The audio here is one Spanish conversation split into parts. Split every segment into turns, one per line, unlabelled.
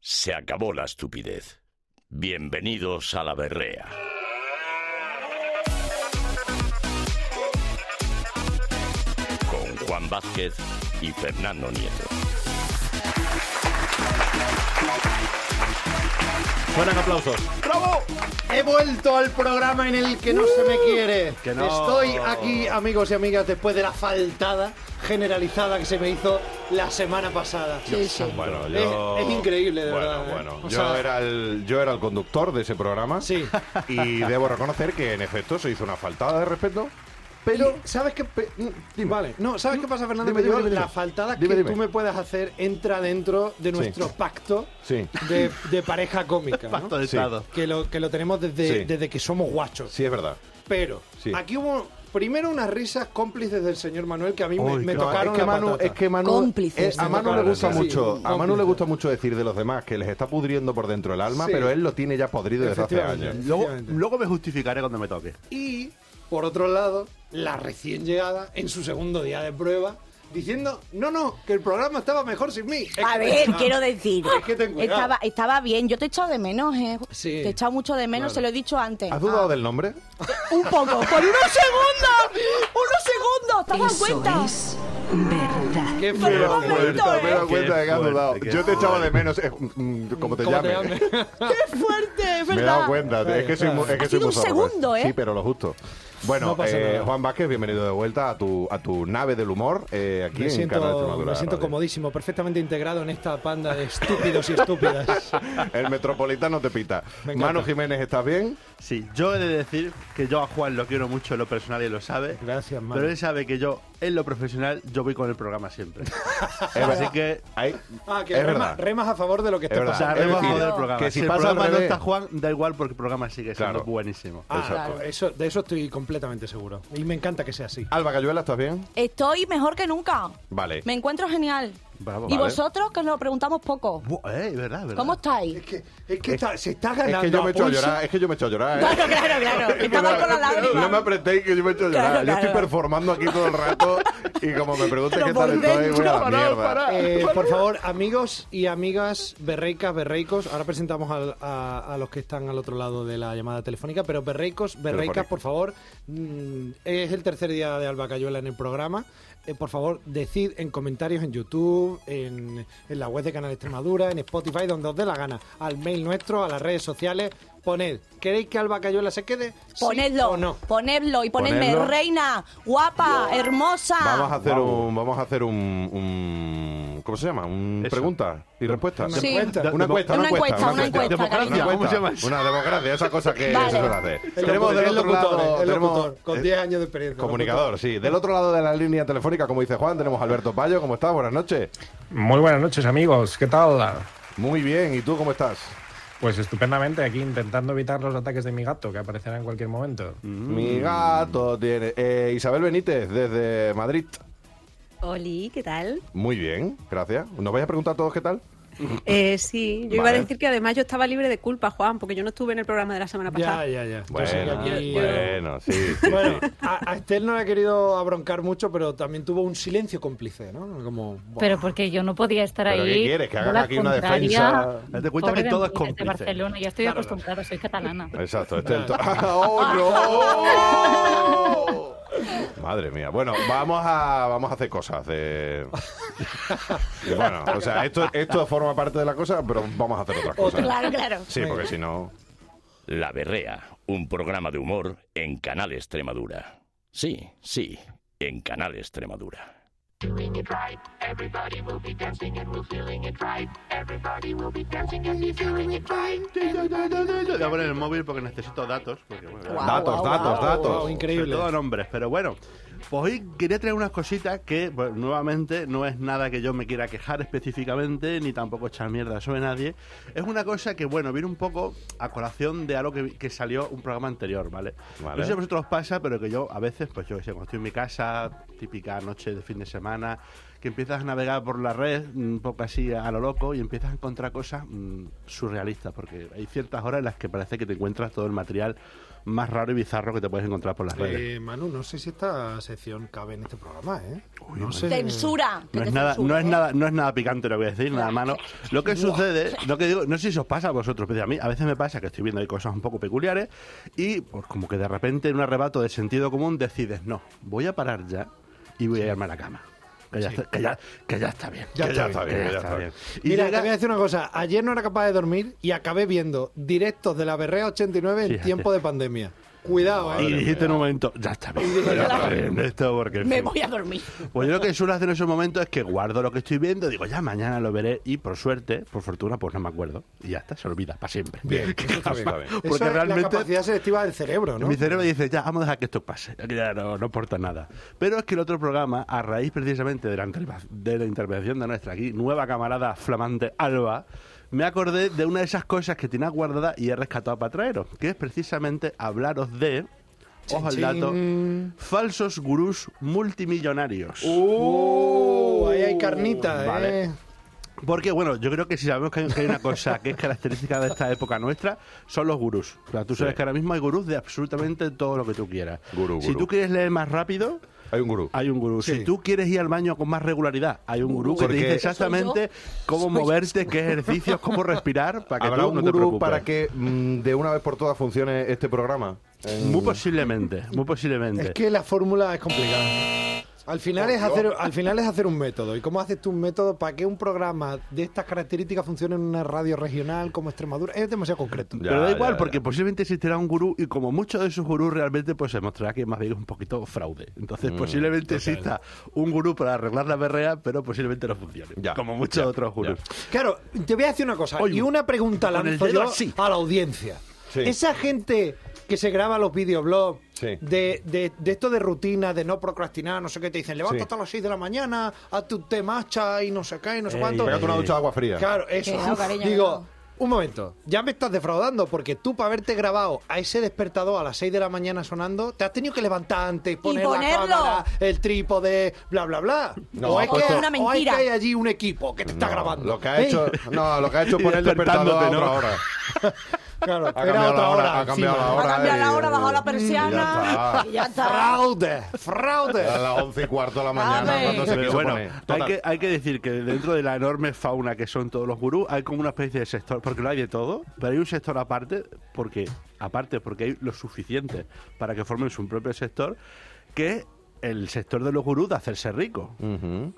Se acabó la estupidez. Bienvenidos a la berrea. Con Juan Vázquez y Fernando Nieto.
Suenan aplausos.
¡Bravo! He vuelto al programa en el que no se me quiere.
Uh, que no.
Estoy aquí, amigos y amigas, después de la faltada generalizada que se me hizo la semana pasada.
Sí, sí.
Bueno,
Es-
yo...
es increíble, de
bueno,
verdad, ¿eh?
Bueno,
O
yo,
sea-
era el, yo era el conductor de ese programa.
Sí.
Y debo reconocer que, en efecto, se hizo una faltada de respeto. Pero, ¿sabes qué? Pe- mm, dime.
Vale, no, ¿sabes qué pasa, Fernando?
Dime,
Que
dime,
yo
dime.
la faltada
Dime,
que
dime.
tú me puedas hacer entra dentro de nuestro pacto
Sí.
de, de pareja cómica. ¿no?
Pacto de
Sí.
Estado.
Que lo, que lo tenemos desde,
Sí.
desde que somos guachos.
Sí, es verdad.
Pero
Sí.
aquí hubo primero unas risas cómplices del señor Manuel que a mí me,
Uy,
me
no,
tocaron
es que
la
Manu,
patata.
es que Manu-
Cómplices,
eh, a
¿no?
Manu le gusta
Sí,
mucho, a Manu le
cómplices.
gusta mucho decir de los demás que les está pudriendo por dentro el alma,
Sí.
pero él lo tiene ya podrido desde hace
Efectivamente.
años.
Luego,
Efectivamente.
luego me justificaré cuando me toque.
Y, por otro lado, la recién llegada, en su segundo día de prueba, diciendo, no, no, que el programa estaba mejor sin mí. Ah, Es
A
que-
ver, quiero decir,
Es que ten cuidado.
estaba, estaba bien, yo te he echado de menos, ¿eh?
Sí.
Te he echado mucho de menos, se lo he dicho antes. Ah,
¿Has
Ah.
dudado del nombre?
Un poco, por unos segundos, unos segundos, ¿te has dado cuenta?
es verdad.
Qué
Pero
feo.
un momento,
me he dado
¿eh?
cuenta de que has
Qué
dudado.
fuerte, qué
Yo te echaba de menos, eh, mm, como te
¿Cómo
llame.
te llames?
¡Qué fuerte, es
Me he
verdad!
dado cuenta, es que soy, mu- es que soy
Ha sido
muy
un
zorro.
segundo, ¿eh?
Sí, pero lo justo.
No
Bueno,
pasa
eh,
nada.
Juan Vázquez, bienvenido de vuelta a tu, a tu nave del humor eh, aquí
Me
en Canal
siento,
Extremadura
me siento
Radio.
comodísimo, perfectamente integrado en esta panda de estúpidos y estúpidas.
El metropolitano te pita.
Me encanta.
Manu Jiménez, ¿estás bien?
Sí, yo he de decir que yo a Juan lo quiero mucho en lo personal y lo sabe.
Gracias, Manu.
Pero él sabe que yo, en lo profesional, yo voy con el programa siempre. Así
verdad.
que.
Ahí-
Ah, que
es
remas-
verdad.
remas a favor de lo que está
verdad.
O sea,
pasando.
Es
rebajo
decir,
del programa.
que si
el
pasa al
programa no
revés-
está Juan, da igual porque el programa sigue siendo
Claro.
buenísimo.
Ah,
Exacto.
claro, eso, de eso estoy completamente seguro. Y me encanta que sea así.
Alba Cayuela, ¿estás bien?
Estoy mejor que nunca.
Vale.
Me encuentro genial.
Bravo,
y
vale.
vosotros, que os lo preguntamos poco.
Bu- eh, verdad, verdad.
¿Cómo estáis?
Es que, es que está- se está ganando.
Es que yo me
a
he hecho a
pulso.
llorar, es que yo me he hecho a llorar. ¿eh?
Claro, claro, claro.
Es que
Estaba
no-
con la
No me
lágrima.
apretéis que yo me he hecho a llorar.
Claro,
yo estoy
claro.
performando aquí todo el rato y como me preguntes
Pero
qué tal
por
estoy, voy a la
dentro,
mierda.
pará, pará.
Eh, por favor, amigos y amigas berreicas, berreicos, ahora presentamos al- a, a los que están al otro lado de la llamada telefónica, pero berreicos, berreicas,
Telefónica.
por favor, mm, es el tercer día de Alba Cayuela en el programa. Eh, por favor, decid en comentarios en YouTube, en, en la web de Canal Extremadura, en Spotify, donde os dé la gana, al mail nuestro, a las redes sociales, poned, ¿queréis que Alba Cayuela se quede? ¿Sí
Ponedlo,
o no?
ponedlo y ponedme
Ponedlo.
reina, guapa, hermosa.
Vamos a hacer un. Vamos a hacer un. un- ¿Cómo se llama? Un
Eso.
pregunta y respuesta.
Sí.
Una,
Demo-
encuesta, una encuesta,
Una encuesta, una encuesta,
cariño.
Una,
¿Cómo se llama eso?
una democracia, esa cosa que
Vale.
se suele hacer.
El
Tenemos
locutor,
del
el
otro
locutor,
lado,
el
tenemos- eh,
locutor, con 10 años de experiencia.
Comunicador, sí. Del otro lado de la línea telefónica, como dice Juan, tenemos a Alberto Payo. ¿Cómo estás? Buenas noches.
Muy buenas noches amigos, ¿qué tal?
Muy bien. ¿Y tú cómo estás?
Pues estupendamente aquí intentando evitar los ataques de mi gato que aparecerá en cualquier momento.
Mi gato tiene. Eh, Isabel Benítez, desde Madrid.
Oli, ¿qué tal?
Muy bien, gracias. ¿Nos vais a preguntar todos qué tal?
Eh, sí, yo iba
Vale.
a decir que además yo estaba libre de culpa, Juan, porque yo no estuve en el programa de la semana
Ya,
pasada.
ya, ya. Yo sé que
Bueno,
aquí-
bueno, sí. sí,
Bueno,
sí.
a, a Estel no le ha querido abroncar mucho, pero también tuvo un silencio cómplice, ¿no? Como, "Buah".
Pero porque yo no podía estar
¿Pero
ahí.
qué quieres? ¿Que
dando
hagan
la
aquí una
contraria.
defensa?
Date cuenta
Pobre
que
de
todo
mí,
es
desde
cómplice.
Barcelona, yo estoy acostumbrada, soy catalana.
Exacto, este es el to- ¡Oh, no! Madre mía. Bueno, vamos a, vamos a hacer cosas de... Bueno, o sea, esto, esto forma parte de la cosa, pero vamos a hacer otras cosas.
Claro, claro.
Sí, porque si no...
La berrea, un programa de humor en Canal Extremadura. Sí, sí, en Canal Extremadura.
Voy a poner el móvil porque necesito datos. Porque, bueno,
Guau,
Datos,
guau,
datos,
guau.
datos.
Wow, increíble.
Sobre todo nombres, pero bueno. Pues hoy quería traer unas cositas que, bueno, nuevamente, no es nada que yo me quiera quejar específicamente, ni tampoco echar mierda sobre nadie. Es una cosa que, bueno, viene un poco a colación de algo que, que salió un programa anterior, ¿vale?
Vale.
No sé si a vosotros os pasa, pero que yo a veces, pues yo qué sé, cuando estoy en mi casa, típica noche de fin de semana, que empiezas a navegar por la red mm, un poco así a lo loco y empiezas a encontrar cosas mm, surrealistas, porque hay ciertas horas en las que parece que te encuentras todo el material más raro y bizarro que te puedes encontrar por las redes.
Eh, Manu, no sé si esta sección cabe en este programa, ¿eh? no sé.
Censura. que
No
te
es, nada,
censure,
no, es
¿eh?
nada, no es nada picante lo que voy a decir, nada malo. Lo que sucede, lo que digo, no sé si os pasa a vosotros, pero a mí a veces me pasa que estoy viendo ahí cosas un poco peculiares y pues como que de repente en un arrebato de sentido común decides, no, voy a parar ya y voy a irme a la cama. Que ya, está, que ya- que ya está bien.
Ya
que
está
que
bien, que ya está
Y
Mira,
llega-
te voy a decir una cosa. Ayer no era capaz de dormir y acabé viendo directos de la Berrea 89 en
Fíjate.
tiempo de pandemia. Cuidado,
y
¿eh?
dijiste en un momento, ya está bien. ya está bien, esto porque, en
Me
fin".
voy a dormir.
Pues yo lo que suelo hacer en esos momentos es que guardo lo que estoy viendo, digo, ya mañana lo veré y por suerte, por fortuna, pues no me acuerdo. Y ya está, se olvida, para siempre.
Bien, eso está bien.
Eso
Porque
es la
realmente
capacidad selectiva del cerebro, ¿no?
mi cerebro dice, ya, vamos a dejar que esto pase, que ya no, no aporta nada. Pero es que el otro programa, a raíz precisamente de la, interva- de la intervención de nuestra aquí nueva camarada flamante Alba, me acordé de una de esas cosas que tenía guardada y he rescatado para traeros, que es precisamente hablaros de... Ojo al
Chin,
dato.
chin.
Falsos gurús multimillonarios.
¡Uh! Ahí hay carnita,
Vale.
¿eh?
Porque, bueno, yo creo que si sabemos que hay, que hay una cosa que es característica de esta época nuestra, son los gurús. O sea, tú sabes
Sí.
que ahora mismo hay gurús de absolutamente todo lo que tú quieras.
Gurú,
si
gurú.
tú quieres leer más rápido,
Hay un gurú.
hay un gurú.
Sí.
Si tú quieres ir al baño con más regularidad, hay un gurú que te
Porque-
dice exactamente cómo moverte, qué ejercicios, cómo respirar, para que
¿Habrá
tú
un
no te
gurú
preocupes.
para que mm, de una vez por todas funcione este programa?
Muy posiblemente, muy posiblemente.
Es que la fórmula es complicada. Al final, es hacer, al final es hacer un método. ¿Y cómo haces tú un método para que un programa de estas características funcione en una radio regional como Extremadura? Es demasiado concreto.
Ya,
Pero da igual,
ya,
porque
ya.
posiblemente existirá un gurú y como muchos de esos gurús realmente pues se mostrará que más bien es un poquito fraude. Entonces
Mm,
posiblemente exista un gurú para arreglar la berrea, pero posiblemente no funcione.
Ya,
como muchos
ya,
otros gurús.
Claro, te voy a decir una cosa.
Oye,
y una pregunta
con el
lanzo
dedo
yo
así.
a la audiencia.
Sí.
Esa gente que se graba los videoblogs
Sí.
de, de- de esto de rutina, de no procrastinar, no sé qué, te dicen, levántate
Sí.
a las 6 de la mañana, hazte un té matcha y no sé qué, y no sé cuánto.
Pégate una ducha de agua fría.
Claro, eso.
Que no,
Uf,
cariño,
Digo,
que no.
un momento, ya me estás defraudando porque tú para haberte grabado a ese despertador a las 6 de la mañana sonando, te has tenido que levantar antes, poner
ponerlo.
la cámara, el trípode, bla, bla, bla.
No,
o, es
pues
que,
es
una
o es
mentira.
que hay allí un equipo que te está
No,
grabando.
Lo que ha
¿Eh?
hecho, no, lo que ha hecho es
Y
poner el despertador a
despertándote,
otra
¿no?
hora.
Claro,
Ha
era
cambiado
otra
la hora,
hora
ha cambiado
encima.
la
Va
hora.
a cambiar la
y-
hora, bajado la
ya
persiana
está.
y ya está.
Fraude, fraude.
A las once y cuarto de la mañana.
Dame.
cuando se
Pero
quiso
bueno,
poner.
hay
Total.
que, hay que decir que dentro de la enorme fauna que son todos los gurús, hay como una especie de sector, porque no hay de todo, pero hay un sector aparte, porque aparte porque hay lo suficiente para que formen su propio sector, que es el sector de los gurús de hacerse rico.
Ujú.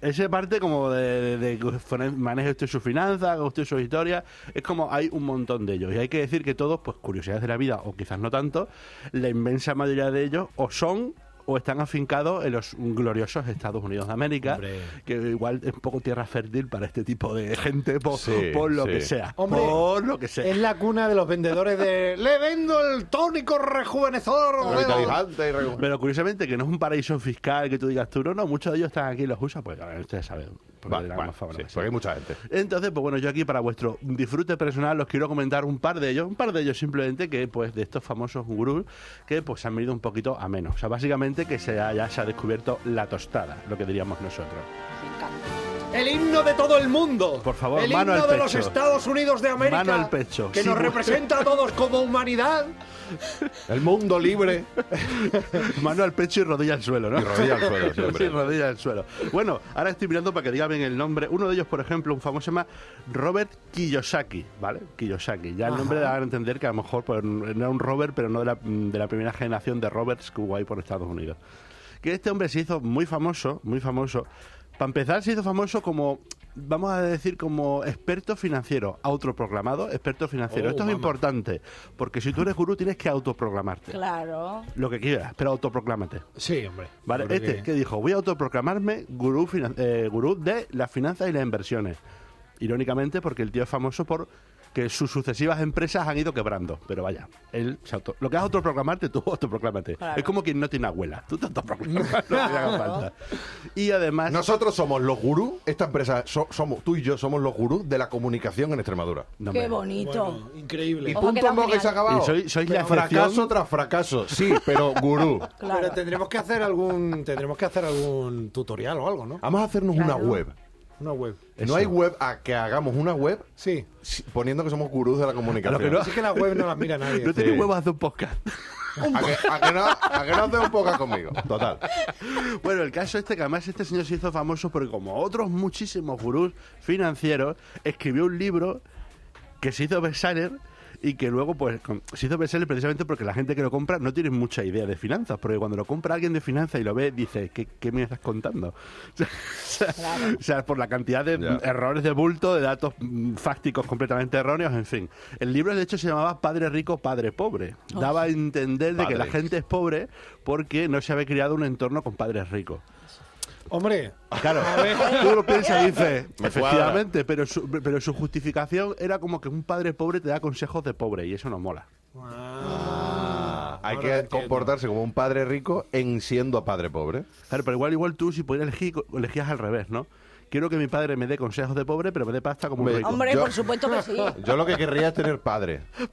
Ese parte como de, de- de que fone- maneje usted sus finanzas, haga usted sus historias, es como hay un montón de ellos. Y hay que decir que todos, pues curiosidades de la vida, o quizás no tanto, la inmensa mayoría de ellos o son o están afincados en los gloriosos Estados Unidos de América, que igual es un poco tierra fértil para este tipo de gente, por,
Sí,
por lo
sí.
que sea.
Hombre,
por lo que sea.
Es la cuna de los vendedores de... Le vendo el tónico rejuvenecedor.
Revitalizante y re-
Pero curiosamente, que no es un paraíso fiscal que tú digas tú, no, no, muchos de ellos están aquí y los usan, pues a ver, ustedes saben. porque
Vale,
de la
bueno,
más forma,
sí,
sí.
porque hay mucha gente.
Entonces, pues bueno, yo aquí para vuestro disfrute personal os quiero comentar un par de ellos, un par de ellos simplemente que pues de estos famosos gurús que pues se han venido un poquito a menos. O sea, básicamente que se ha- ya se ha descubierto la tostada, lo que diríamos nosotros.
El himno de todo el mundo.
Por favor,
el
mano
himno
al
de los
pecho.
Estados Unidos de América.
Mano al pecho.
Que
Sí,
nos
bueno.
representa a todos como humanidad.
El mundo libre.
Mano al pecho y rodilla al suelo, ¿no?
Y rodilla al suelo, siempre.
Sí, rodilla al suelo. Bueno, ahora estoy mirando para que diga bien el nombre. Uno de ellos, por ejemplo, un famoso se llama Robert Kiyosaki, ¿vale? Kiyosaki. Ya el nombre da a entender que a lo mejor pues, no era un Robert, pero no de la, de la primera generación de Roberts que hubo ahí por Estados Unidos. Que este hombre se hizo muy famoso, muy famoso. Para empezar, se hizo famoso como, vamos a decir, como experto financiero, autoproclamado experto financiero.
Oh,
Esto
mamá.
es importante, porque si tú eres gurú tienes que autoproclamarte.
Claro.
Lo que quieras, pero autoproclámate.
Sí, hombre.
Vale,
Hombre,
este que... dijo, voy a autoproclamarme gurú, finan- eh, gurú de las finanzas y las inversiones. Irónicamente, porque el tío es famoso por que sus sucesivas empresas han ido quebrando. Pero vaya, él se auto- lo que es autoproclamarte, tú autoproclámate.
Claro.
Es como quien no tiene abuela. Tú te autoproclamas lo que haga falta. Y además...
Nosotros somos los gurús, esta empresa, so- somos, tú y yo somos los gurús de la comunicación en Extremadura.
No,
Qué
hombre.
bonito.
Bueno, increíble.
Y
Ojo,
punto
queda
hemos que se ha
genial.
acabado.
Y soy- sois
Pero
la excepción.
fracaso tras fracaso, sí, pero gurú.
Pero tendremos que hacer algún tendremos que hacer algún tutorial o algo, ¿no?
Ah.
Vamos a hacernos una web.
Una web.
No hay web a que hagamos una web
Sí.
si- poniendo que somos gurús de la comunicación.
A lo que no-
Así que la web no la mira nadie.
No tiene
Sí.
huevos de un podcast.
A que, a que no, a que no haces un poco conmigo. Total.
Bueno, el caso este que además este señor se hizo famoso porque como otros muchísimos gurús financieros, escribió un libro que se hizo bestseller y que luego pues con- se hizo bestseller precisamente porque la gente que lo compra no tiene mucha idea de finanzas, porque cuando lo compra alguien de finanzas y lo ve dice, ¿qué, qué me estás contando? O sea, o sea, por la cantidad de
Ya.
errores de bulto, de datos mm, fácticos completamente erróneos, en fin. El libro de hecho se llamaba Padre rico, padre pobre. Daba a entender de que la
Padre.
gente es pobre porque no se había criado un entorno con padres ricos.
Hombre,
Claro, tú lo piensas y dices,
Me
efectivamente, pero su, pero su justificación era como que un padre pobre te da consejos de pobre y eso no mola.
Hay
Ahora
que
entiendo.
comportarse como un padre rico en siendo padre pobre.
Claro, pero igual igual tú si pudieras elegir, co- elegías al revés, ¿no? Quiero que mi padre me dé consejos de pobre, pero me dé pasta como un
Me-
rico.
Hombre,
Yo-
por supuesto que sí.
Yo lo que querría es tener padre.
Uy,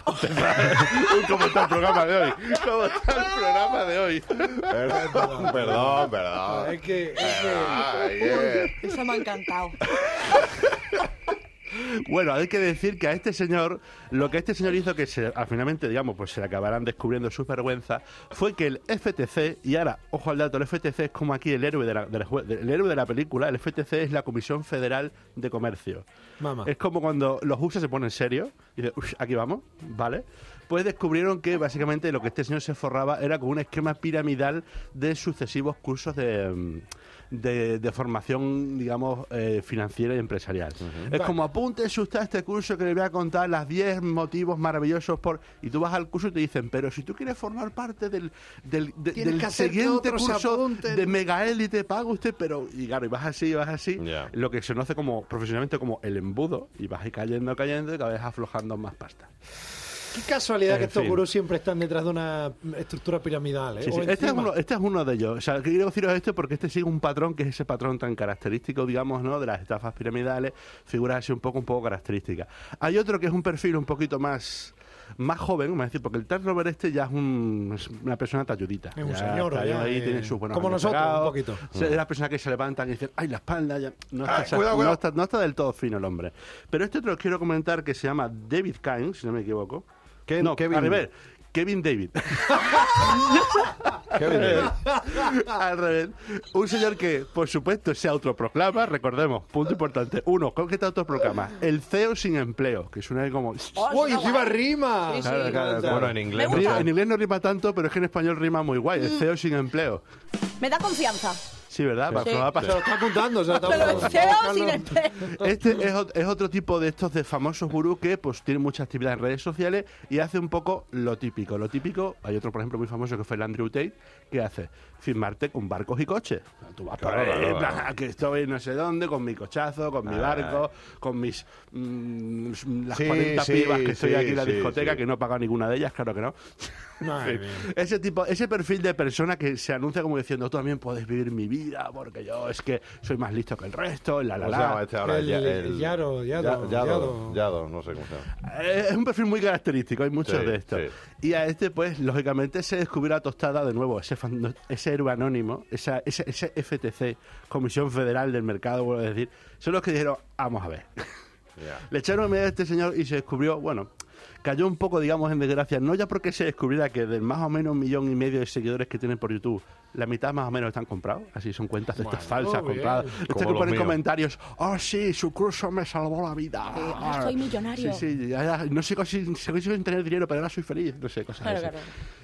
¿Cómo está el programa de hoy? ¿Cómo está el programa de hoy?
perdón, perdón, perdón.
es que, es que-
Ay, eh.
Eso me ha encantado.
Bueno, hay que decir que a este señor, lo que este señor hizo que se, al finalmente, digamos, pues se le acabarán descubriendo sus vergüenzas, fue que el FTC, y ahora, ojo al dato, el FTC es como aquí el héroe de la, de la jue- de- el héroe de la película, el FTC es la Comisión Federal de Comercio.
Mamá.
Es como cuando los USA se ponen serios y dicen, "Ush, aquí vamos, ¿vale? Pues descubrieron que básicamente lo que este señor se forraba era con un esquema piramidal de sucesivos cursos de, mm, de, de formación, digamos, eh, financiera y empresarial. Es como apúntese usted a este curso que le voy a contar las 10 motivos maravillosos por... Y tú vas al curso y te dicen, pero si tú quieres formar parte del, del, de-
Tienes
del
que hacer que
siguiente
otros se
curso
apunten".
de mega élite, paga usted, pero... Y claro, y vas así, y vas así
Ya.
lo que se conoce como profesionalmente como el embudo y vas ahí cayendo, cayendo y cada vez aflojando más pasta.
qué casualidad que
En
estos
fin.
gurús siempre están detrás de una estructura piramidal, ¿eh?
Sí,
O
sí. Este, es
encima.
uno, este es uno de ellos. O sea, que quiero deciros esto porque este sigue un patrón que es ese patrón tan característico, digamos, ¿no? De las estafas piramidales, figuras así un poco, un poco características. Hay otro que es un perfil un poquito más más joven, vamos a decir, porque el turnover este ya es, un- es una persona talludita.
Es un
Ya
señor,
está
ya,
ahí,
eh,
tiene sus buenos
como
años
nosotros, un
sacados.
poquito.
O sea, Es la persona que se levantan y dicen, ay, la espalda, ya. No está,
Ay, cuidado,
no
cuidado.
está- no está del todo fino el hombre. Pero este otro os quiero comentar que se llama David Kane, si no me equivoco.
Ken-
no,
Kevin-
al revés, Kevin David.
Qué bien.
Al revés. Un señor que, por supuesto, se autoproclama, recordemos, punto importante. Uno, ¿con qué te autoproclamas? El CEO sin empleo, que suena ahí como...
Oh,
¡Uy,
está
encima
guay.
rima!
Sí, sí.
Claro, claro, claro.
Bueno, en inglés.
Me
no
gusta.
sé.
En inglés no rima tanto, pero es que en español rima muy guay. El CEO sin empleo.
Me da confianza.
Sí, ¿verdad? Va-
Sí.
va a
Ah, Se
pasar.
lo está apuntando, se lo está
Pero
apuntando.
el CEO sin empleo.
Este es, ot- es otro tipo de estos de famosos gurús que pues tiene mucha actividad en redes sociales y hace un poco lo típico. Lo típico, hay otro por ejemplo muy famoso que fue el Andrew Tate, que hace firmarte con barcos y coches. Tú vas por
Claro,
ahí,
claro,
bla,
claro.
que estoy no sé dónde, con mi cochazo, con mi
Ah.
barco, con mis mm, las
Sí,
40
sí,
pibas que estoy
sí,
aquí en la
sí,
discoteca,
sí.
que no he pagado ninguna de ellas, claro que no.
Madre
Sí.
mía.
Ese tipo, ese perfil de persona que se anuncia como diciendo, tú también puedes vivir mi vida, porque yo es que soy más listo que el resto, la la
¿Cómo
la.
se llama este ahora?
El-
Ya-
Yaro, Yado,
Ya- Yado.
Yado.
Yado, no sé cómo se llama.
Eh, Es un perfil muy característico, hay muchos
Sí,
de estos.
sí.
Y a este, pues, lógicamente se descubrió la tostada de nuevo, ese, fan- ese héroe anónimo, esa, ese, ese FTC, Comisión Federal del Mercado, vuelvo a decir, son los que dijeron, vamos a ver.
Ya.
Le echaron medio a este señor y se descubrió, bueno, cayó un poco, digamos, en desgracia, no ya porque se descubriera que del más o menos un millón y medio de seguidores que tienen por YouTube, la mitad más o menos están comprados, así son cuentas de estas falsas
muy bien.
compradas. Este
Como
que
los
ponen
míos.
comentarios, oh sí, su curso me salvó la vida.
ahora soy millonario.
Sí, sí, ya- ya, no sigo sin, sigo sin tener dinero, pero ahora soy feliz, no sé, cosas
Claro,
así
claro.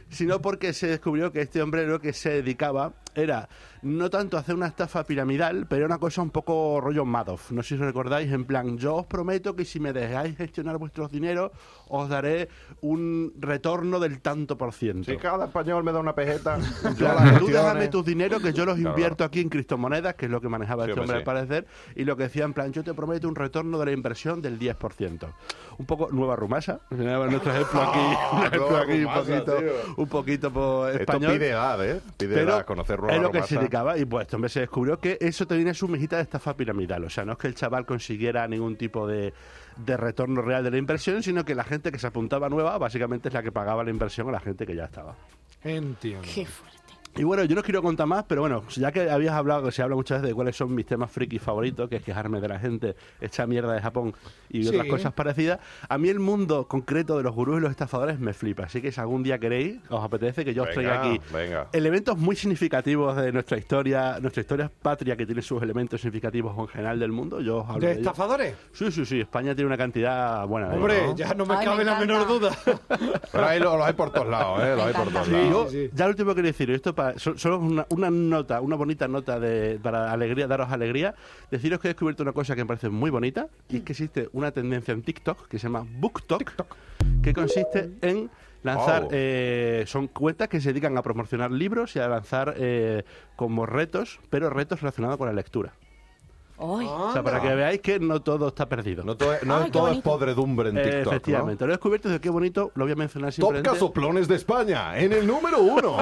sino porque se descubrió que este hombre lo que se dedicaba era no tanto hacer una estafa piramidal, pero una cosa un poco rollo Madoff. No sé si recordáis, en plan, yo os prometo que si me dejáis gestionar vuestros dineros, os daré un retorno del tanto por ciento.
Si cada español me da una pejeta, yo
En plan,
las
tú
gestiones.
déjame tus dineros que yo los
Claro,
invierto aquí en criptomonedas, que es lo que manejaba
Sí,
este hombre
hombre,
al parecer, y lo que decía en plan, yo te prometo un retorno de la inversión del 10%. Un poco nueva rumasa, nuestro ejemplo aquí, nuestro
Nueva
aquí un
Rumasa,
poquito,
tío.
un poquito por
Esto
español.
pide edad, ¿eh? Pide
Pero
edad, conocer Rueda
es lo que
Romasa.
se indicaba y pues este hombre se descubrió que eso también es su mijita de estafa piramidal. O sea, no es que el chaval consiguiera ningún tipo de, de retorno real de la inversión, sino que la gente que se apuntaba nueva básicamente es la que pagaba la inversión a la gente que ya estaba.
Entiendo.
Qué fuerte.
Y bueno, yo no os quiero contar más, pero bueno, ya que habías hablado, que se habla muchas veces de cuáles son mis temas frikis favoritos, que es quejarme de la gente, esta mierda de Japón y
Sí.
otras cosas parecidas, a mí el mundo concreto de los gurús y los estafadores me flipa. Así que si algún día queréis, os apetece que yo os traiga
Venga,
aquí
venga.
elementos muy significativos de nuestra historia, nuestra historia es patria que tiene sus elementos significativos en general del mundo, yo os hablo
¿De
de ello.
estafadores?
Sí, sí, sí, España tiene una cantidad buena. de ellos,
Hombre,
¿no?
ya no me
Ay, me
cabe la
encanta.
menor duda.
Pero ahí lo- los hay por todos lados, ¿eh? Los hay por todos
Sí,
lados.
Yo,
sí.
ya lo último que quiero decir, esto para, so- solo una, una nota, una bonita nota de, para alegría, daros alegría. Deciros que he descubierto una cosa que me parece muy bonita, y es que existe una tendencia en TikTok que se llama BookTok, que consiste en lanzar,
Wow.
eh, son cuentas que se dedican a promocionar libros y a lanzar eh, como retos, pero retos relacionados con la lectura.
Ay,
Ah.
O sea, para
Anda.
que veáis que no todo está perdido.
No todo, es- no
Ay, qué
todo es
bonito.
podredumbre en
Eh,
TikTok, ¿no?
efectivamente, lo he descubierto, desde qué bonito, lo voy a mencionar
Top
simplemente.
Casoplones de España, en el número uno.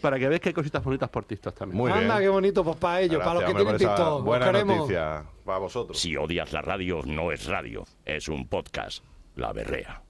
Para que veáis que hay cositas bonitas por TikTok también.
Muy
Anda,
bien.
qué bonito, pues para ellos, para los que
Gracias, hombre, por
tienen
esa
TikTok.
Buena
buscaremos.
noticia para vosotros.
Si odias la radio, no es radio, es un podcast. La berrea.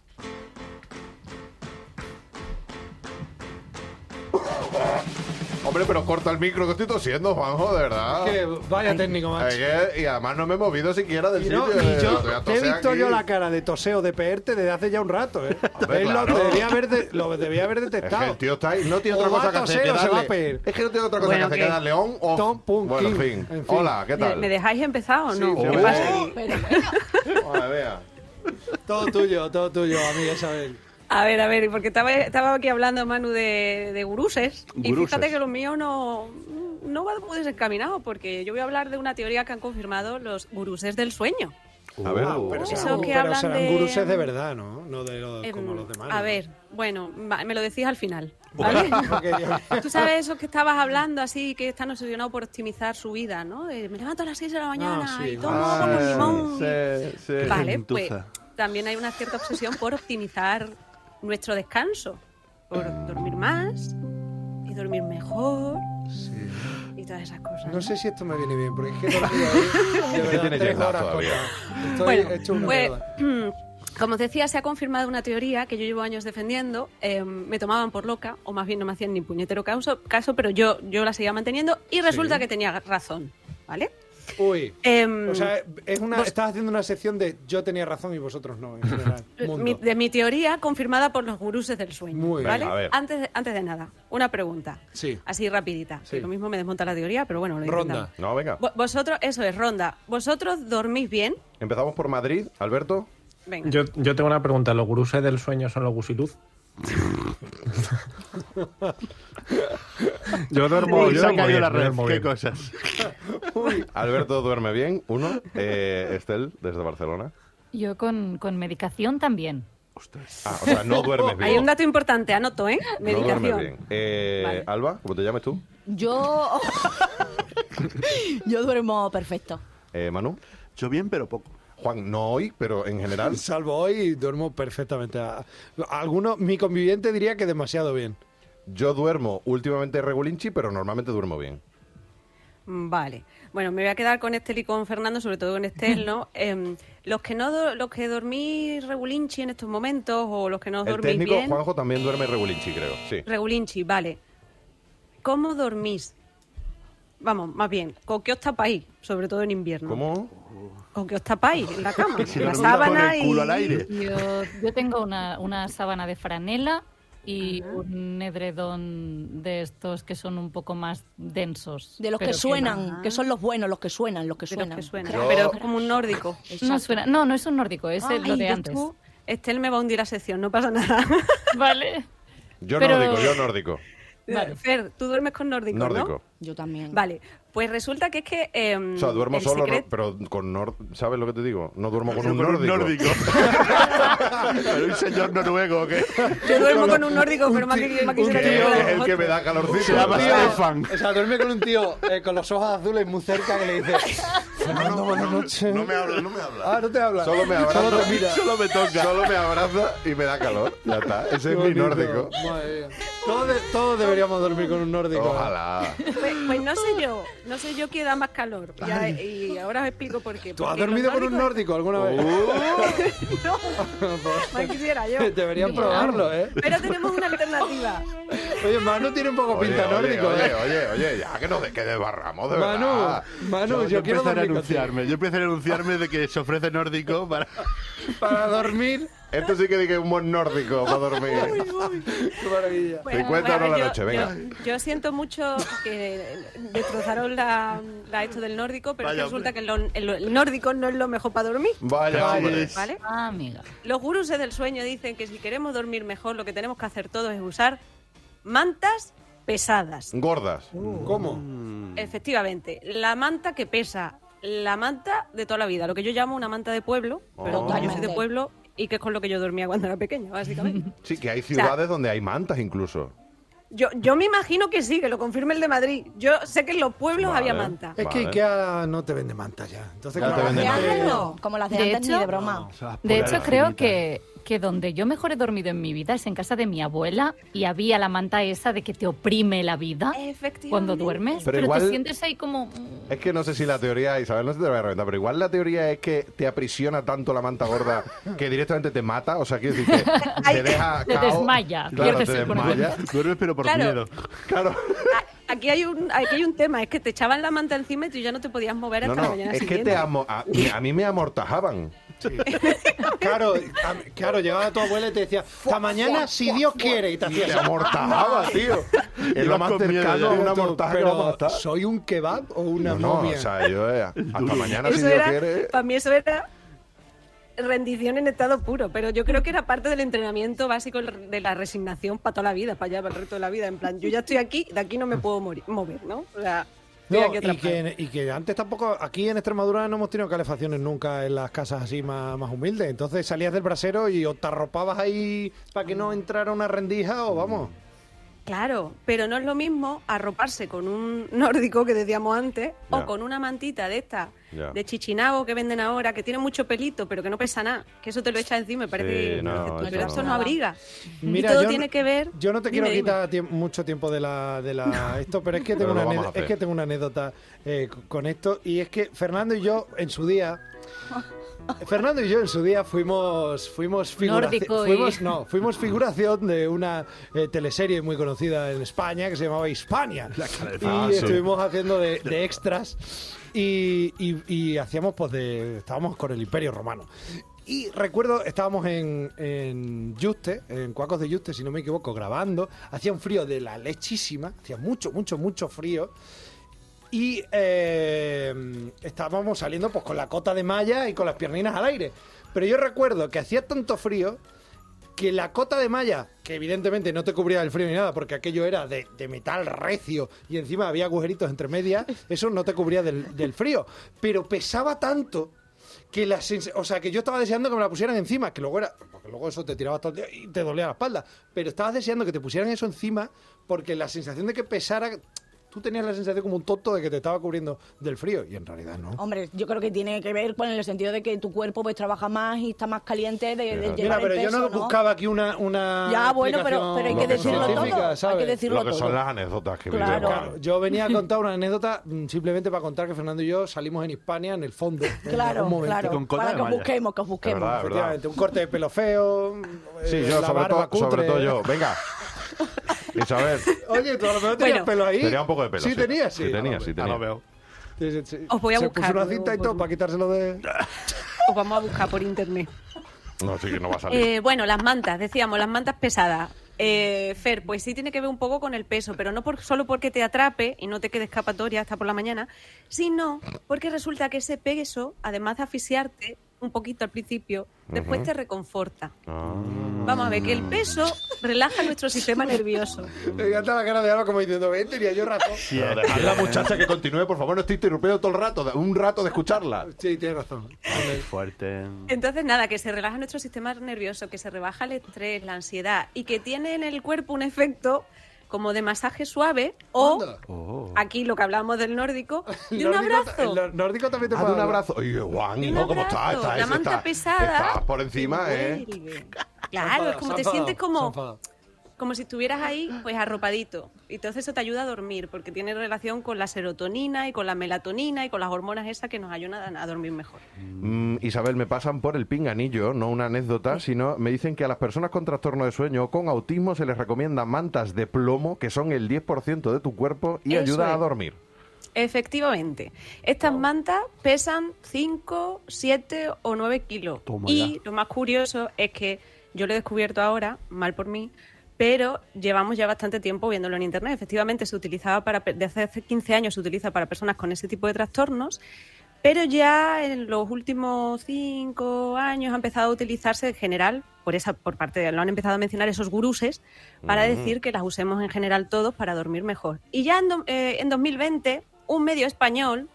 Hombre, pero corta el micro que estoy tosiendo, Juanjo, de verdad.
Que vaya técnico, macho.
Es que- y además no me he movido siquiera del
Y no,
sitio.
y
eh,
yo
voy a
te he
toser
visto
aquí.
yo la cara de toseo de PR desde hace ya un rato, ¿eh?
Hombre,
Él lo,
claro.
debía haber de- lo debía haber
Es que
detectado.
el tío está ahí, no tiene
O
otra
va
cosa
a
que hacer
toser
que
o se va a
darle.
peer.
Es que no tiene otra cosa
Bueno,
que hacer
¿qué?
que darle on o
Tom, pum,
Bueno,
kim.
fin.
En fin.
Hola, ¿qué
¿Me,
tal?
me dejáis empezar o no?
Sí,
¿Qué
sí.
pasa?
Oh.
pero bueno.
Madre mía.
Todo tuyo, todo tuyo, amiga Isabel.
A ver, a ver, porque estaba, estaba aquí hablando, Manu, de, de guruses, Y
Guruses.
fíjate que lo mío no, no va muy desencaminado, porque yo voy a hablar de una teoría que han confirmado los guruses del sueño.
A ver,
Ah, pero,
pero
Eso
serán-
que
pero
hablan
serán
de-
guruses de verdad, ¿no? No de los,
Em,
como los demás.
a
¿no?
ver, bueno, va- me lo decís al final. ¿vale?
Porque yo-
Tú sabes eso que estabas hablando así, que están obsesionados por optimizar su vida, ¿no? De, me levanto a las 6 de la mañana
sí.
y tomo
Ah,
agua con limón.
Sí, sí.
Vale, pues
Gentuza.
también hay una cierta obsesión por optimizar nuestro descanso, por dormir más y dormir mejor y todas esas cosas.
No sé si esto me viene bien, porque es que he dormido hoy, de
Es que
verdad,
tiene
tres
yerba
horas
todavía.
cortas. Estoy
Bueno,
hecho una
pues,
mierda.
como os decía, se ha confirmado una teoría que yo llevo años defendiendo. eh, me tomaban por loca, o más bien no me hacían ni puñetero caso, caso pero yo, yo la seguía manteniendo y resulta que tenía razón, ¿vale?
Uy.
Em,
O sea, es una,
vos-
estás haciendo una sección de yo tenía razón y vosotros no, en general. Mundo.
mi- de mi teoría confirmada por los guruses del sueño.
Muy bien.
¿vale?
Venga, a ver.
antes, de, antes de nada, una pregunta.
Sí.
Así rapidita.
Sí.
que lo mismo me desmonta la teoría, pero bueno, lo
Ronda.
intentamos.
No, venga.
Vo- Vosotros, eso es, ronda. ¿Vosotros dormís bien?
Empezamos por Madrid, Alberto.
Venga.
Yo, yo tengo una pregunta, ¿los guruses del sueño son los gusiluz? yo duermo,
Uy,
yo
se ha
duermo
caído
bien,
la
yo
red.
duermo
Qué
bien.
cosas.
Alberto duerme bien, uno. Eh, Estel, desde Barcelona.
Yo con, con medicación también.
Ah, o sea, no duermes bien.
Hay un dato importante, anoto, ¿eh?
No
Medicación.
duermes bien. Eh,
Vale.
Alba, ¿cómo te llames tú?
Yo. Yo duermo perfecto.
Eh, Manu.
Yo bien, pero poco.
Juan, no hoy, pero en general.
Salvo hoy, duermo perfectamente. A- Alguno, mi conviviente diría que demasiado bien.
Yo duermo últimamente regulinchi, pero normalmente duermo bien.
Vale. Bueno, me voy a quedar con Estel y con Fernando, sobre todo con Estel, ¿no? Em, los que no do- los que dormís regulinchi en estos momentos o los que no
El
dormís
técnico
bien, Eh.
Juanjo también duerme regulinchi, creo. Sí.
regulinchi, vale. ¿Cómo dormís? Vamos, más bien, ¿con qué os tapáis? Sobre todo en invierno.
¿Cómo?
¿Con qué os tapáis en la cama?
Si
la
dormís
sábana
con el culo
y
al aire.
Yo, yo tengo una, una sábana de franela y un edredón de estos que son un poco más densos.
De los que
pero
suenan, que son los buenos, los que suenan, los que
de los
suenan.
que suena.
Yo-
Pero es como un nórdico.
No, no suena, no, no es un nórdico, es el- lo
Ay,
de
yo
antes.
tú- Estel me va a hundir la sección, no pasa nada.
Vale.
Yo
Pero-
nórdico, yo nórdico.
Vale.
Fer, tú duermes con nórdico,
Nórdico.
Yo también.
¿no? Vale, pues resulta que es que... em,
O sea, duermo
el
solo,
secret-
no- pero con nor- ¿sabes lo que te digo? No duermo con un
Con
nórdico.
Pero un señor noruego que
Yo duermo con un nórdico, pero más que más
Que
quisiera que
tío-
fuera
es el que me da calorcito. ¿verdad?
Stefan.
O sea, duerme con un tío eh, con los ojos azules muy cerca que le dice: Fernando, buenas noches.
No me habla, no me habla.
Ah, no te habla.
Solo me abraza,
Solo te
solo,
mira.
me toca, solo me abraza y me da calor. Ya está, ese es mi
Bonito.
nórdico.
Madre mía. Todos, de- todos deberíamos dormir con un nórdico.
Ojalá.
Pues, pues no sé yo, no sé yo qué da más calor. Y a- y ahora os explico por qué.
¿Tú has
Porque los
dormido con un
nórdicos-
nórdico alguna vez?
No, más quisiera yo.
Deberían probarlo, ¿eh?
Pero tenemos una alternativa.
Oye, Manu tiene un poco
Oye,
pinta
oye,
nórdico,
oye, Ah,
¿eh?
oye, oye, ya que nos de- que desbarramos, de
Manu,
verdad.
Manu, yo,
empezaré
quiero
a
dormir contigo.
anunciarme. Yo empecé a anunciarme de que se ofrece nórdico para.
Para dormir,
Esto sí que dije un buen nórdico para dormir.
qué maravilla.
Bueno,
50
bueno,
euros la
yo-
noche, venga.
Yo, yo siento mucho que destrozaron la, la esto del nórdico, pero es que
Vaya,
resulta que el, lo- el- el nórdico no es lo mejor para dormir.
Vaya,
Vale.
hombre.
¿Vale?
Ah, amiga.
Los guruses del sueño dicen que si queremos dormir mejor, lo que tenemos que hacer todos es usar mantas pesadas.
Gordas.
Uh,
Mm.
¿Cómo?
Efectivamente, la manta que pesa, la manta de toda la vida, lo que yo llamo una manta de pueblo,
Oh.
pero yo soy de
Totalmente.
pueblo y que es con lo que yo dormía cuando era pequeña, básicamente.
Sí, que hay ciudades donde hay mantas incluso.
Yo, yo me imagino que sí, que lo confirme el de Madrid. Yo sé que en los pueblos
Vale.
había manta.
Es que
Vale.
Ikea no te vende manta ya. Entonces,
Ya
claro,
te
Como las
vende
de
nada.
antes no, como las de,
De
antes ni
hecho-
de broma.
pues,
De hecho, creo que, que donde yo mejor he dormido en mi vida es en casa de mi abuela y había la manta esa de que te oprime la vida
Efectivamente.
cuando duermes,
Pero
pero,
igual-
te sientes ahí como... mm,
Es que no sé si la teoría, Isabel, no se te la voy a reventar, pero igual la teoría es que te aprisiona tanto la manta gorda que directamente te mata. O sea, quiero decir que te deja.
Te
cao.
desmaya,
Claro,
pierdes
te
el control.
desmaya.
Duermes, pero por
Claro.
miedo.
Claro.
A- Aquí hay, un, aquí hay un tema, es que te echaban la manta encima y tú ya no te podías mover hasta
No,
la
no,
mañana
es que
siguiente.
te amo. A, a mí me amortajaban.
claro, a- claro, llegaba tu abuela y te decía, hasta mañana si Dios quiere. Y te
Te
hacía
amortajaba, tío. Es lo
Ibas
más
con miedo
cercano
ya.
a una
Pero,
amortaja que vamos a
pero
estar.
¿soy un kebab o una
No, no,
momia?
o sea, yo eh, hasta mañana si
Eso
Dios
era-
quiere.
Para mí eso era rendición en estado puro, pero yo creo que era parte del entrenamiento básico de la resignación para toda la vida, para allá, para el resto de la vida. En plan, yo ya estoy aquí, de aquí no me puedo morir- mover, ¿no? O sea, estoy
No,
aquí
y,
atrapado.
que, y que antes tampoco, aquí en Extremadura no hemos tenido calefacciones nunca en las casas así más, más humildes. Entonces salías del brasero y o te arropabas ahí para que no entrara una rendija o vamos.
Claro, pero no es lo mismo arroparse con un nórdico que decíamos antes
Ya.
o con una mantita de esta,
Ya.
de chichinabo que venden ahora, que tiene mucho pelito, pero que no pesa nada, que eso te lo echa encima y parece...
Sí, no,
dices tú,
eso
pero
no.
eso no abriga.
Mira,
Mm. y todo
yo no-
tiene que ver...
Yo no te
Dime,
quiero
dime.
quitar tiemp- mucho tiempo de la, de la esto, pero es que
Pero lo
tengo, una,
vamos a
anécdota,
hacer.
es que tengo una anécdota eh, c- con esto y es que Fernando y yo en su día Fernando y yo en su día fuimos fuimos figuración
Nórdico y-
fuimos no fuimos figuración de una eh, teleserie muy conocida en España que se llamaba Hispania y
Ah, sí.
estuvimos haciendo de, de extras y, y- y hacíamos pues de estábamos con el Imperio Romano y recuerdo, estábamos en, en Yuste, en Cuacos de Yuste, si no me equivoco, grabando. Hacía un frío de la lechísima, hacía mucho, mucho, mucho frío. Y eh, estábamos saliendo pues con la cota de malla y con las pierninas al aire. Pero yo recuerdo que hacía tanto frío que la cota de malla, que evidentemente no te cubría del frío ni nada, porque aquello era de, de metal recio y encima había agujeritos entre medias, eso no te cubría del, del frío. Pero pesaba tanto que la sens- o sea que yo estaba deseando que me la pusieran encima, que luego era, porque luego eso te tiraba todo el día y te dolía la espalda, pero estabas deseando que te pusieran eso encima porque la sensación de que pesara, tú tenías la sensación como un tonto de que te estaba cubriendo del frío y en realidad no.
Hombre, yo creo que tiene que ver con el sentido de que tu cuerpo pues trabaja más y está más caliente de, de llevar
Mira,
el
pero yo no
peso,
buscaba aquí una, una
Ya, bueno, pero, pero hay que
Lo que
decirlo
son-
todo.
científica,
Hay
¿sabes?
que
Lo
decirlo
que
todo.
son las anécdotas que
Claro.
vivimos.
Claro, yo venía a contar una anécdota mm, simplemente para contar que Fernando y yo salimos en Hispania en el fondo. en algún
Claro,
momento.
claro.
Con cola
para
de
que os
malla.
busquemos, que os busquemos.
verdad, es
Efectivamente, un corte de pelo feo.
Sí,
eh,
yo,
la
sobre
barba
todo, sobre
cutre.
todo yo. Venga. Isabel,
Oye, tú a lo mejor tenías
Bueno.
pelo ahí.
tenía un poco de pelo.
Sí, tenía, sí.
Sí, tenía, sí,
Ah,
tenía.
lo veo.
Sí, sí, sí.
Os voy a
Se
buscar,
puso una
os
cinta y
voy a
todo
buscar.
para quitárselo de...
Mm.
Os vamos a buscar por internet.
No, sí que no va a salir.
Eh, bueno, las mantas, decíamos, las mantas pesadas. Eh, Fer, pues sí tiene que ver un poco con el peso, pero no por, solo porque te atrape y no te quede escapatoria hasta por la mañana, sino porque resulta que ese peso, además de asfixiarte, mm, un poquito al principio, después
Ujú.
te reconforta.
Ah.
Vamos a ver, que el peso relaja nuestro sistema nervioso.
Me encanta la cara de Alba como diciendo, "Eh, tenía yo razón.
Sí,
Pero
es
dejad
que-
la muchacha que continúe, por favor, no estoy interrumpiendo todo el rato, da- un rato de escucharla.
Sí, tienes razón.
Qué fuerte.
Entonces, nada, que se relaja nuestro sistema nervioso, que se rebaja el estrés, la ansiedad y que tiene en el cuerpo un efecto como de masaje suave o,
Anda.
Oh.
aquí lo que hablamos del nórdico,
El
de un
nórdico ta-
abrazo.
El nórdico también te
Haz
puede
un
dar-
abrazo. Oye, Juan,
De un
hijo, ¿cómo
abrazo,
estás? Estás-
la manta
estás-
pesada.
Estás por encima,
te
¿eh?
vuelve.
Se ha
Claro, es
enfadado,
como
se ha
te
enfadado,
sientes
se ha
como
enfadado.
como si estuvieras ahí, pues arropadito. Y entonces eso te ayuda a dormir, porque tiene relación con la serotonina y con la melatonina y con las hormonas esas que nos ayudan a dormir mejor.
Mm, Isabel, me pasan por el pinganillo, no una anécdota, sino me dicen que a las personas con trastorno de sueño o con autismo se les recomiendan mantas de plomo, que son el 10% de tu cuerpo y
Eso
ayuda a
es.
dormir.
Efectivamente, estas mantas pesan 5, 7 o 9 kilos.
Toma
y
ya.
lo más curioso es que yo lo he descubierto ahora, mal por mí, pero llevamos ya bastante tiempo viéndolo en Internet. Efectivamente, se utilizaba para, pe- desde hace 15 años se utiliza para personas con ese tipo de trastornos, pero ya en los últimos 5 años ha empezado a utilizarse en general, por, esa, por parte de, lo han empezado a mencionar esos guruses, para decir que las usemos en general todos para dormir mejor. Y ya en, do- eh, en 2020, un medio español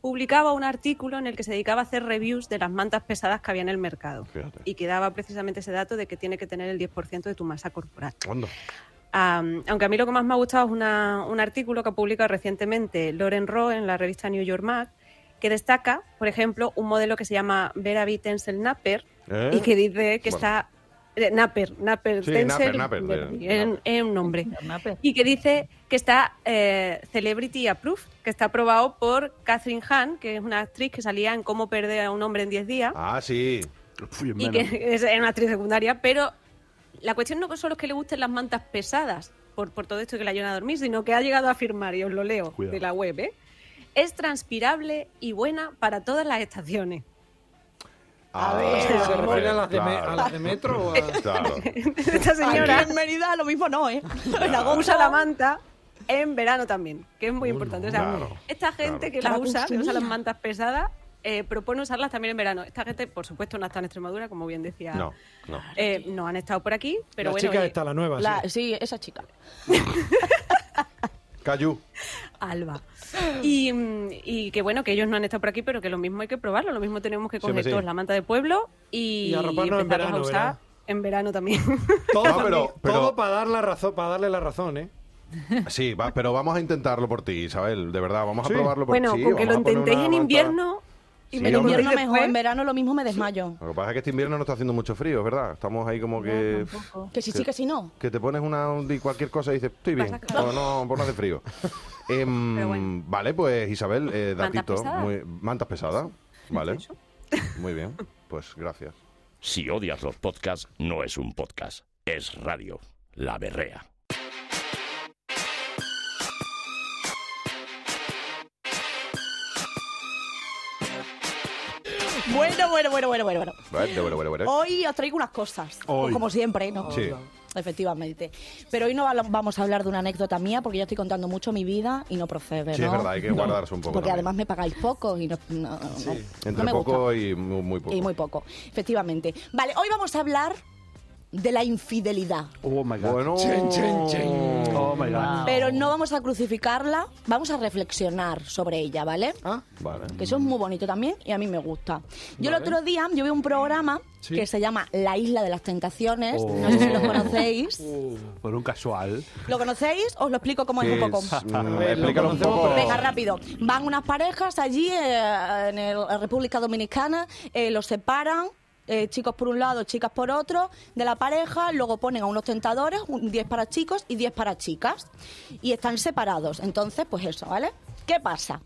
publicaba un artículo en el que se dedicaba a hacer reviews de las mantas pesadas que había en el mercado
Fíjate.
y que daba precisamente ese dato de que tiene que tener el 10% de tu masa corporal.
Hondo.
Am, aunque a mí lo que más me ha gustado es una- un artículo que ha publicado recientemente Lauren Rowe en la revista New York Mag, que destaca, por ejemplo, un modelo que se llama Vera B. Tensel Napper,
¿Eh?
y que dice que
Bueno.
está... eh, Napper, Napper,
Sí,
Tensel,
Napper, Napper, de-
es un- es un nombre y que dice que está eh, Celebrity Approved, que está aprobado por Catherine Hahn, que es una actriz que salía en Cómo perder a un hombre en 10 días,
Ah, sí.
Fui en
y
menos.
que es una actriz secundaria, pero la cuestión no solo es que le gusten las mantas pesadas por, por todo esto que la ayudan a dormir, sino que ha llegado a afirmar, y os lo leo
Cuidado.
de la web, ¿eh? es transpirable y buena para todas las estaciones.
A ver,
Ah,
¿se refiere a las de, me-
claro.
a las de metro o a.?
Claro.
Esta señora
Aquí en Mérida lo mismo no, ¿eh? En
Ah,
Agosto.
usa la manta en verano también, que es muy importante. O sea,
claro,
esta gente
claro.
que las
Para
usa, que usa las
consumir.
mantas pesadas, eh, propone usarlas también en verano. Esta gente, por supuesto, no está en Extremadura, como bien decía.
No, no.
Eh, no han estado por aquí, pero
la
bueno.
chica
oye,
está, la
pues
nueva.
La-
sí.
sí, esa chica.
Cayu.
Alba. Y, mm, y que bueno, que ellos no han estado por aquí, pero que lo mismo hay que probarlo. Lo mismo tenemos que
Sí, hombre,
coger
sí.
todos la manta de pueblo y,
Y arroparnos en
empezarlas
verano,
a usar
verano.
en verano también.
Todo,
No,
para-
pero- pero-
todo para, dar la razón, para darle la razón, ¿eh?
Sí, va, pero vamos a intentarlo por ti, Isabel, de verdad, vamos
Sí.
a probarlo por
bueno,
ti.
con que lo
vamos a poner
intentéis
una
en
manta-
invierno y
Sí,
me
En
lo
hombre.
invierno
contéis
mejor, en
después.
verano lo mismo me desmayo.
Lo que pasa es que este invierno no está haciendo mucho frío, ¿verdad? Estamos ahí como que...
Que sí, sí, que sí, no.
que te pones una un di- cualquier cosa y dices, estoy bien,
Vas a
o no, por no hace frío. Em,
Pero bueno.
Vale, pues Isabel, eh,
Mantas
datito,
pesadas.
muy- mantas pesadas, vale,
Eso.
muy bien, pues gracias.
Si odias los podcasts, no es un podcast, es radio. La berrea.
Bueno, bueno, bueno, bueno, bueno. bueno.
Vale, bueno, bueno, bueno.
Oh,
Hoy os traigo unas cosas.
Hoy.
Pues como siempre, ¿no?
¿Eh? Sí.
Efectivamente. Pero hoy no habla- vamos a hablar de una anécdota mía porque yo estoy contando mucho mi vida y no procede.
Sí,
¿no?
es verdad, hay que guardarse un poco
Porque
también.
además me pagáis poco y no, no- no- no
Entre
me
poco
gusta.
y muy, muy poco.
Y muy poco, efectivamente. Vale, hoy vamos a hablar de la infidelidad.
Oh my god.
Bueno,
Chen, chen, chen.
Oh my
Ah.
god.
Pero no vamos a crucificarla, vamos a reflexionar sobre ella, ¿vale?
Ah,
vale.
Que eso es muy bonito también y a mí me gusta. Yo el otro día yo vi un programa
Sí.
que se llama La Isla de las Tentaciones.
Oh.
No sé si lo conocéis.
Por un casual.
¿Lo conocéis? Os lo explico cómo es un poco.
Es- mm,
ver, lo
explícalo un
conocemos,
poco.
Venga, rápido. Van unas parejas allí eh, en el- en República Dominicana, eh, los separan. eh, chicos por un lado, chicas por otro, de la pareja, luego ponen a unos tentadores, un 10 para chicos y 10 para chicas, y están separados. Entonces, pues eso, ¿vale? ¿Qué pasa?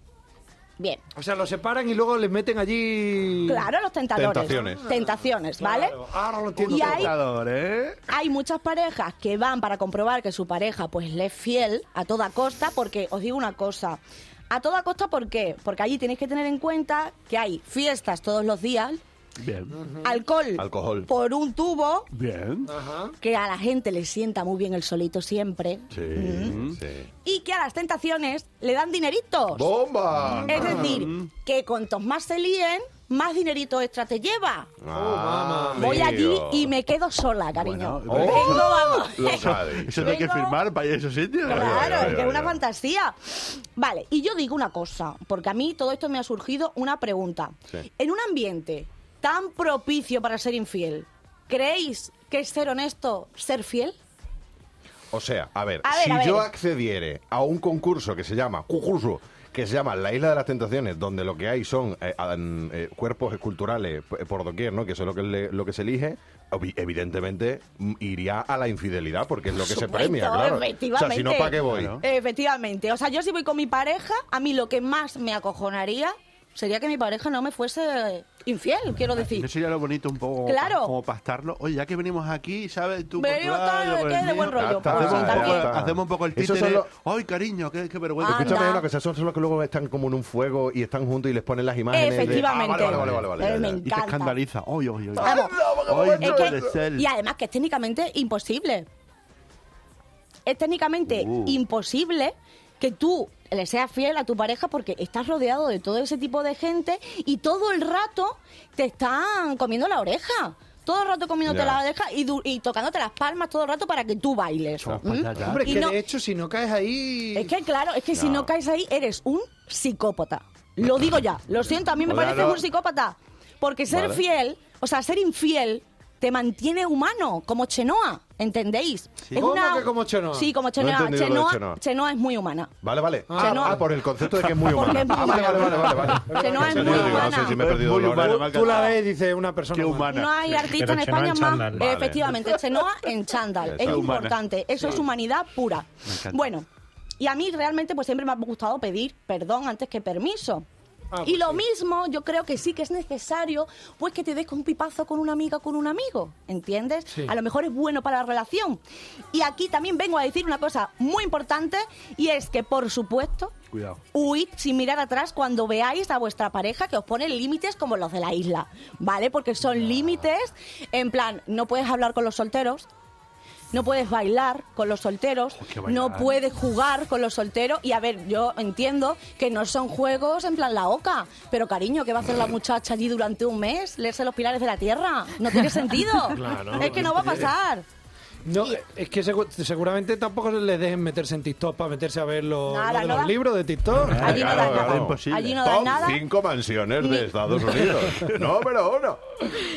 Bien,
o sea, lo separan y luego les meten allí.
claro, los tentadores.
Tentaciones.
Tentaciones, ¿vale?
Claro, Ahora lo entiendo.
Y
todo.
ahí-
Tentador, ¿eh?
Hay muchas parejas que van para comprobar que su pareja pues le es fiel a toda costa, porque os digo una cosa, a toda costa ¿por qué? Porque allí tenéis que tener en cuenta que hay fiestas todos los días,
Bien.
alcohol,
Alcohol.
por un tubo,
Bien.
Ajá.
que a la gente le sienta muy bien el solito siempre,
Mm.
Sí, sí.
y que a las tentaciones le dan dineritos.
¡Bomba!
Es decir, que cuantos más se líen, más dinerito extra te lleva.
Ah,
Voy allí
amigo.
y me quedo sola, cariño.
Bueno,
Vengo, vamos.
Lo sabe.
Eso tiene que
Vengo.
firmar para ir a esos sitios.
Claro,
ya,
es
ya,
que es una
ya.
fantasía. Vale, y yo digo una cosa, porque a mí todo esto me ha surgido una pregunta.
Sí.
En un ambiente tan propicio para ser infiel, ¿creéis que es ser honesto ser fiel?
O sea, a ver,
A ver,
si
a ver.
yo accediere a un concurso que se llama concurso que se llama La Isla de las Tentaciones, donde lo que hay son eh, an- eh, cuerpos esculturales p- por doquier, ¿no? Que eso es lo que, le- lo que se elige. obvi- Evidentemente mm, iría a la infidelidad, porque es lo que se
supuesto,
premia, claro. O sea, si no,
efectivamente.
¿para qué voy?
Claro.
Efectivamente, o sea, yo si voy con mi pareja, a mí lo que más me acojonaría sería que mi pareja no me fuese infiel, quiero
¿No
decir.
sería lo bonito un poco
Claro.
pa- como pastarlo? Oye, ya que venimos aquí, ¿sabes? Tú
Venimos
por tu lado,
tal,
yo por
que
el
es de
mío.
buen
Ya
rollo,
pues
está,
sí,
hacemos, un
ya
poco,
está.
hacemos un poco el
Esos
títere.
son
Ay, cariño, qué, qué vergüenza.
Anda.
Escúchame una cosa, son son los que luego están como en un fuego y están juntos y les ponen las imágenes. de-
Efectivamente.
Ah, vale, vale, vale, vale,
Eh,
ya, ya.
me
Y te
encanta.
escandaliza. Ay, ay, ay.
Vamos.
Ay,
Es
no
que-
puede ser.
y además que es técnicamente imposible. Es técnicamente
Uh.
imposible que tú le seas fiel a tu pareja porque estás rodeado de todo ese tipo de gente y todo el rato te están comiendo la oreja. Todo el rato comiéndote
Ya.
la oreja y, du- y tocándote las palmas todo el rato para que tú bailes.
Chau,
¿Mm?
patata.
Hombre,
Y
es que
no-
de hecho, si no caes ahí.
Es que claro, es que si no caes ahí eres un psicópata. Lo digo ya, lo siento, a mí me
Hola,
parece
no.
un psicópata. Porque ser
Vale.
fiel, o sea, ser infiel te mantiene humano, como Chenoa, ¿entendéis?
¿Cómo que como Chenoa?
Sí, como
No
Chenoa.
he entendido lo de
Chenoa,
Chenoa.
Chenoa es muy humana.
Vale, vale.
Ah,
Ah,
no.
ah, por el concepto de que es muy
Porque
humana.
es muy
Ah, vale, vale, vale, vale, vale.
Chenoa es
Yo
muy
digo,
humana.
No sé si me he perdido
Muy
la hora.
humana.
Tú, tú la ves y dices una persona.
Qué
humana.
humana.
No hay artista en
Chenoa en
España más.
chándal.
Vale.
Efectivamente, Chenoa en chándal.
Esa
Es
es
humana.
importante. Eso es humanidad pura.
Me encanta.
Bueno, y a mí realmente pues siempre me ha gustado pedir perdón antes que permiso.
Ah,
y
pues
lo
sí.
mismo, yo creo que sí que es necesario, pues que te des con pipazo con una amiga o con un amigo, ¿entiendes?
Sí.
A lo mejor es bueno para la relación. Y aquí también vengo a decir una cosa muy importante y es que, por supuesto,
Cuidado.
Huid sin mirar atrás cuando veáis a vuestra pareja que os pone límites como los de la isla, ¿vale? Porque son límites en plan, no puedes hablar con los solteros, no puedes bailar con los solteros,
qué bailar.
no puedes jugar con los solteros. Y a ver, yo entiendo que no son juegos en plan la oca, pero cariño, ¿qué va a hacer la muchacha allí durante un mes? Leerse los pilares de la tierra. No tiene sentido.
Claro.
es que no va a pasar.
No, es que segu- seguramente tampoco les dejen meterse en TikTok para meterse a ver los,
Nada,
lo de
no
los
da-
libros de TikTok.
Allí
Claro,
no dan nada.
claro,
imposible.
Allí no dan
Top
nada.
5 mansiones
Ni-
de Estados Unidos. Número uno.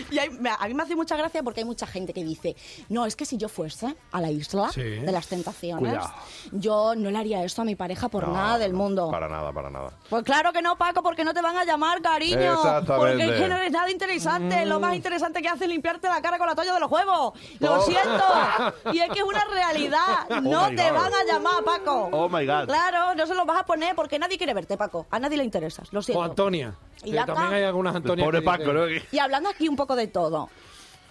Y hay- me- a mí me hace mucha gracia porque hay mucha gente que dice, no, es que si yo fuese a la isla
Sí.
de las tentaciones,
Cuidado.
yo no le haría esto a mi pareja por
No,
nada del
no,
mundo.
Para nada, para nada.
Pues claro que no, Paco, porque no te van a llamar, cariño.
Exactamente.
Porque es que no eres nada interesante. Lo más interesante que hace es limpiarte la cara con la toalla de los huevos. Lo
Oh.
siento. Y es que es una realidad. No
my
te
God.
van a llamar, Paco.
Oh, my God.
Claro, no se los vas a poner porque nadie quiere verte, Paco. A nadie le interesas. Lo
O
siento.
Antonia.
Y
que
ya
también
está.
hay algunas Antonias.
Pobre
que
Paco,
dicen-
¿no? Que-
Y hablando aquí un poco de todo.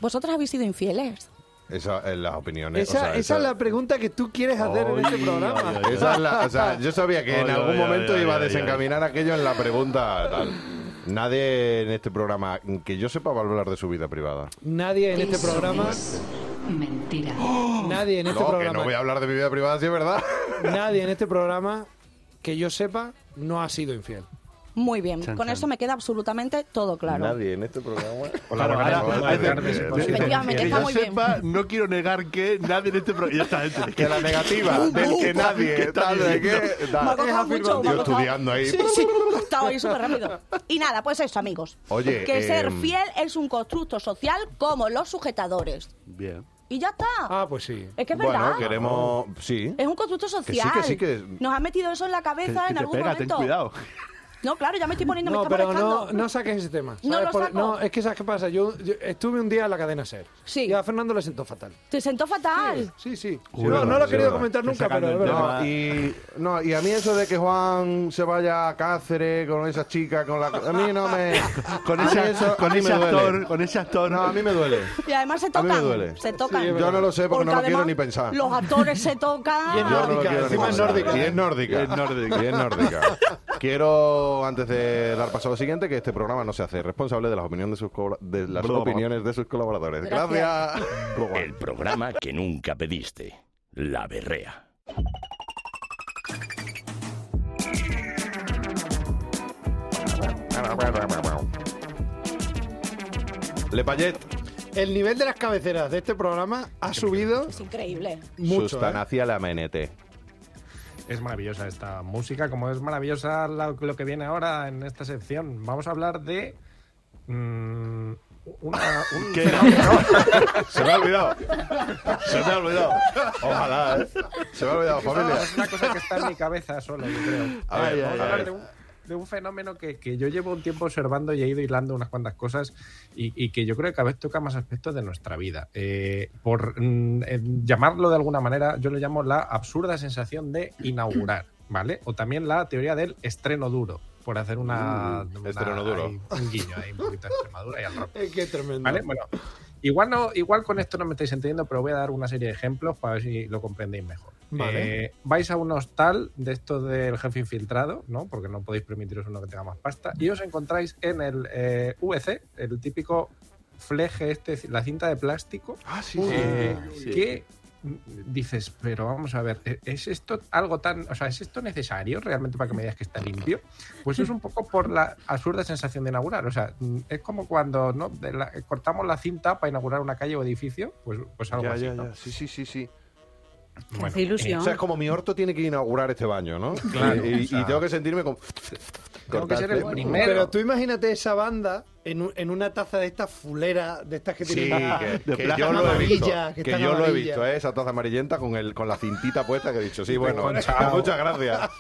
¿Vosotros habéis sido infieles?
Esa es las opiniones. o
Esa,
sea,
esa es la pregunta que tú quieres hacer en este
Ay,
programa.
ay, ay, ay.
esa es la- o sea, yo sabía que en
Oye,
algún
oye,
momento
oye,
iba a
oye,
desencaminar aquello en la pregunta tal. Nadie en este programa que yo sepa va a hablar de su vida privada.
Nadie en este
Eso
programa,
es mentira.
nadie en este
no, que
programa,
no voy a hablar de mi vida privada, sí, es verdad.
nadie en este programa que yo sepa no ha sido infiel.
Muy bien,
Chan,
con
chan.
eso me queda absolutamente todo claro.
Nadie en este programa. Hola,
Claro,
buenas
ahora-
noches.
hay de- de-
Efectivamente,
que
está
yo
muy bien.
sepa, no quiero negar que nadie en este programa. Ya está, gente.
Que la negativa del que nadie tal de que
Me ha
tal.
costado mucho, me ha
Yo
costado.
estudiando ¿eh? ahí.
Sí, sí, estaba ahí súper rápido. Y nada, pues eso, amigos.
Oye,
que
eh,
ser fiel es un constructo social como los sujetadores.
Bien.
Y ya está.
Ah, pues sí.
es que es verdad.
Bueno, queremos sí.
Es un constructo social.
que sí, que-
Nos han metido eso en la
Que,
cabeza
que
en
te
algún
pega,
momento.
ten cuidado.
No, claro, ya me estoy poniendo, me
No,
está
pero no,
molestando.
no saques ese tema.
No
¿sabes?
lo saco.
no, es que ¿sabes qué pasa? Yo, yo estuve un día en la cadena SER.
Sí.
Y a Fernando le sentó fatal.
Te sentó fatal.
Sí, sí.
Uy,
no,
verdad,
no lo he
sí,
querido
verdad.
comentar
Estoy
nunca,
sacando
pero es
el
verdad.
tema.
No, y, no, y a mí eso de que Juan se vaya a Cáceres con esa chica, con la... A mí no me...
Con
a mí
ese,
eso-
con
a mí
ese
me duele.
actor, con ese actor.
No, a mí me duele.
Y además se
A mí
tocan.
me duele.
Se tocan.
Sí, es
Yo no lo sé porque, no lo quiero
además
ni pensar.
Los actores se tocan.
Y
Ah.
Yo
es
no lo
Nórdica,
quiero ni
encima es
pensar.
nórdica.
Y es nórdica.
Y es nórdica.
Y es nórdica. Quiero, antes de dar paso a lo siguiente, que este programa no se hace responsable de las opiniones de sus, cobra- de las
Broma.
opiniones de sus colaboradores.
Gracias.
Gracias.
El programa que nunca pediste, La Berrea.
Le Payet,
El nivel de las cabeceras de este programa ha subido
Es increíble.
mucho. ¿eh?
Sustanacia la menete.
Es maravillosa esta música, como es maravillosa la- lo, que viene ahora en esta sección. Vamos a hablar de. mm, una- un
¿Qué?
fenómeno.
Se me ha olvidado. Se me ha olvidado. Ojalá, ¿eh? Se me ha olvidado, familia.
Es una cosa que está en mi cabeza solo, yo creo.
A ver,
Ay, ay,
vamos a
ay.
hablar
ver.
de un, de un fenómeno que, que yo llevo un tiempo observando y he ido hilando unas cuantas cosas y, y que yo creo que cada vez toca más aspectos de nuestra vida. Eh, por mm, eh, llamarlo de alguna manera, yo lo llamo la absurda sensación de inaugurar, ¿vale? O también la teoría del estreno duro, por hacer una... una-
estreno duro.
ahí, un guiño ahí, un poquito de Extremadura y al rock.
Eh, Qué tremendo.
¿Vale? Bueno, igual, no, igual con esto no me estáis entendiendo, pero voy a dar una serie de ejemplos para ver si lo comprendéis mejor.
Vale.
Eh, vais a un hostal de estos del jefe infiltrado, ¿no? Porque no podéis permitiros uno que tenga más pasta, y os encontráis en el eh, VC, el típico fleje, este, la cinta de plástico,
Ah, sí,
eh,
sí.
que mm, dices, pero vamos a ver, ¿e- ¿es esto algo tan, o sea, es esto necesario realmente para que me digas que está limpio? Pues es un poco por la absurda sensación de inaugurar, o sea, mm, es como cuando ¿no? de la- eh, cortamos la cinta para inaugurar una calle o edificio, pues, pues algo
Ya,
así.
ya,
¿no?
ya. Sí, sí, sí, sí.
Que
Bueno,
hace
eh,
ilusión.
O sea, es como mi orto tiene que inaugurar este baño, ¿no?
Claro,
Y, y-
o sea,
y tengo que sentirme como.
tengo que ser el
Cortarte.
primero.
Pero tú imagínate esa banda en, un- en una taza de estas fuleras, de estas que
Sí,
tienen la-
que,
De
que
plata
yo lo he visto.
amarilla, que
Que
están
yo lo he
amarillas.
visto, ¿eh? Esa taza amarillenta con, el, con la cintita puesta que he dicho. Sí, bueno,
Desconchado.
muchas gracias.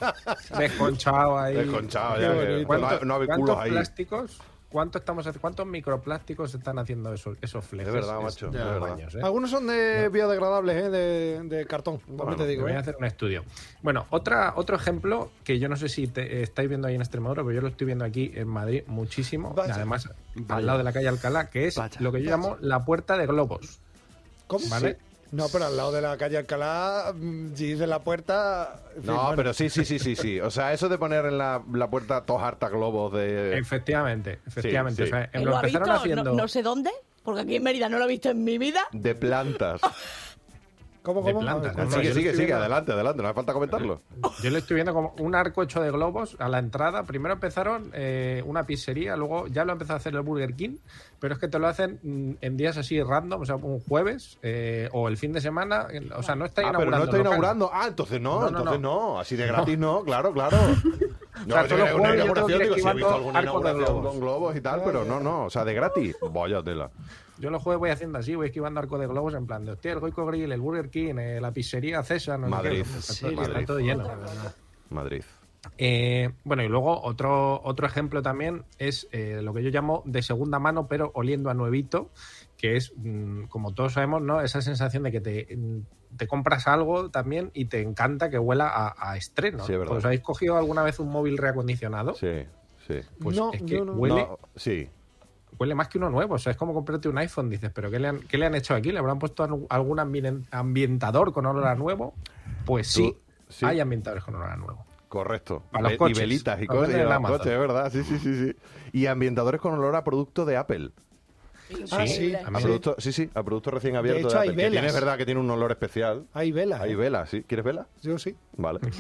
desconchado ahí.
Desconchado, ya.
Qué
que
bonito.
no,
¿Cuántos,
hay- no hay
cuántos
culos ahí.
plásticos? ¿Cuántos, estamos, haci- ¿Cuántos microplásticos están haciendo esos, esos flejes?
verdad,
Es-
macho,
de
es verdad.
tamaños, ¿eh?
Algunos son de biodegradables, ¿eh? de, de cartón. también te digo.
Voy
¿eh?
a hacer un estudio. Bueno, otra, otro ejemplo que yo no sé si te, eh, estáis viendo ahí en Extremadura, pero yo lo estoy viendo aquí en Madrid muchísimo. y
Vaya.
además,
Vaya.
al lado de la calle Alcalá, que es
Vaya.
lo que yo llamo la puerta de globos.
¿Cómo?
Vale.
Sí. No, pero al lado de la calle Alcalá, mm, y de la puerta. en fin,
No,
bueno.
pero sí, sí, sí, sí, sí. O sea, eso de poner en la, la puerta dos hartas globos de...
Efectivamente, efectivamente.
sí.
O sea,
Eh,
lo
¿Lo ha visto?
empezaron haciendo.
No, no sé dónde, porque aquí en Mérida no lo he visto en mi vida.
De plantas.
¿Cómo,
de
cómo? Ah, A
planta,
ver,
¿no?
cuéntame.
sigue,
yo
sigue,
estoy
sigue.
viendo-
Adelante, adelante. No hace falta comentarlo.
Yo lo estoy viendo como un arco hecho de globos a la entrada. Primero empezaron eh, una pizzería, luego ya lo empezó a hacer el Burger King, pero es que te lo hacen mm, en días así random, o sea, un jueves eh, o el fin de semana. eh, O sea, no está
Ah,
inaugurando.
pero no está
el local.
inaugurando. Ah, entonces no,
No, no,
entonces no. Así de gratis no, claro, claro.
O sea,
No,
todos los
yo
jueves
una
yo
inauguración,
tengo que ir
digo, si he visto
esquivando
alguna
arcos de
inauguración
globos.
con globos y tal, pero no, no, o sea, de gratis. Vaya tela.
Yo los jueves voy haciendo así, voy esquivando arco de globos en plan de hostia, el Goico Grill, el Burger King, eh, la pizzería César, no sé
Madrid.
qué, está
Sí,
todo- está
Madrid.
todo lleno.
Madrid.
Eh, bueno, y luego otro, otro ejemplo también es eh, lo que yo llamo de segunda mano, pero oliendo a nuevito, que es, mm, como todos sabemos, ¿no? Esa sensación de que te, mm, te compras algo también y te encanta que huela a, a estreno.
Sí, es verdad.
¿Os habéis cogido alguna vez un móvil reacondicionado?
Sí, sí.
Pues
No,
es que
no, no.
huele,
No, sí.
huele más que uno nuevo. O sea, es como comprarte un iPhone. Dices, ¿pero qué le han, qué le han hecho aquí? ¿Le habrán puesto anu- algún ambien- ambientador con olor a nuevo? Pues sí,
sí.
hay ambientadores con olor a nuevo.
Correcto.
Para los
Ve-
coches.
Y velitas y
Lo
cosas. Y
venden en
los
Amazon.
coches, es verdad. Sí, sí, sí, sí. Y ambientadores con olor a producto de Apple.
Ah, sí.
a
A
mí-
producto, sí, sí, a producto recién abierto
hecho,
de
hay
Apple. Que tiene,
velas.
es verdad que tiene un olor especial.
Hay velas.
Hay
¿eh?
velas, ¿sí? ¿Quieres vela?
Yo sí.
Vale. Pues,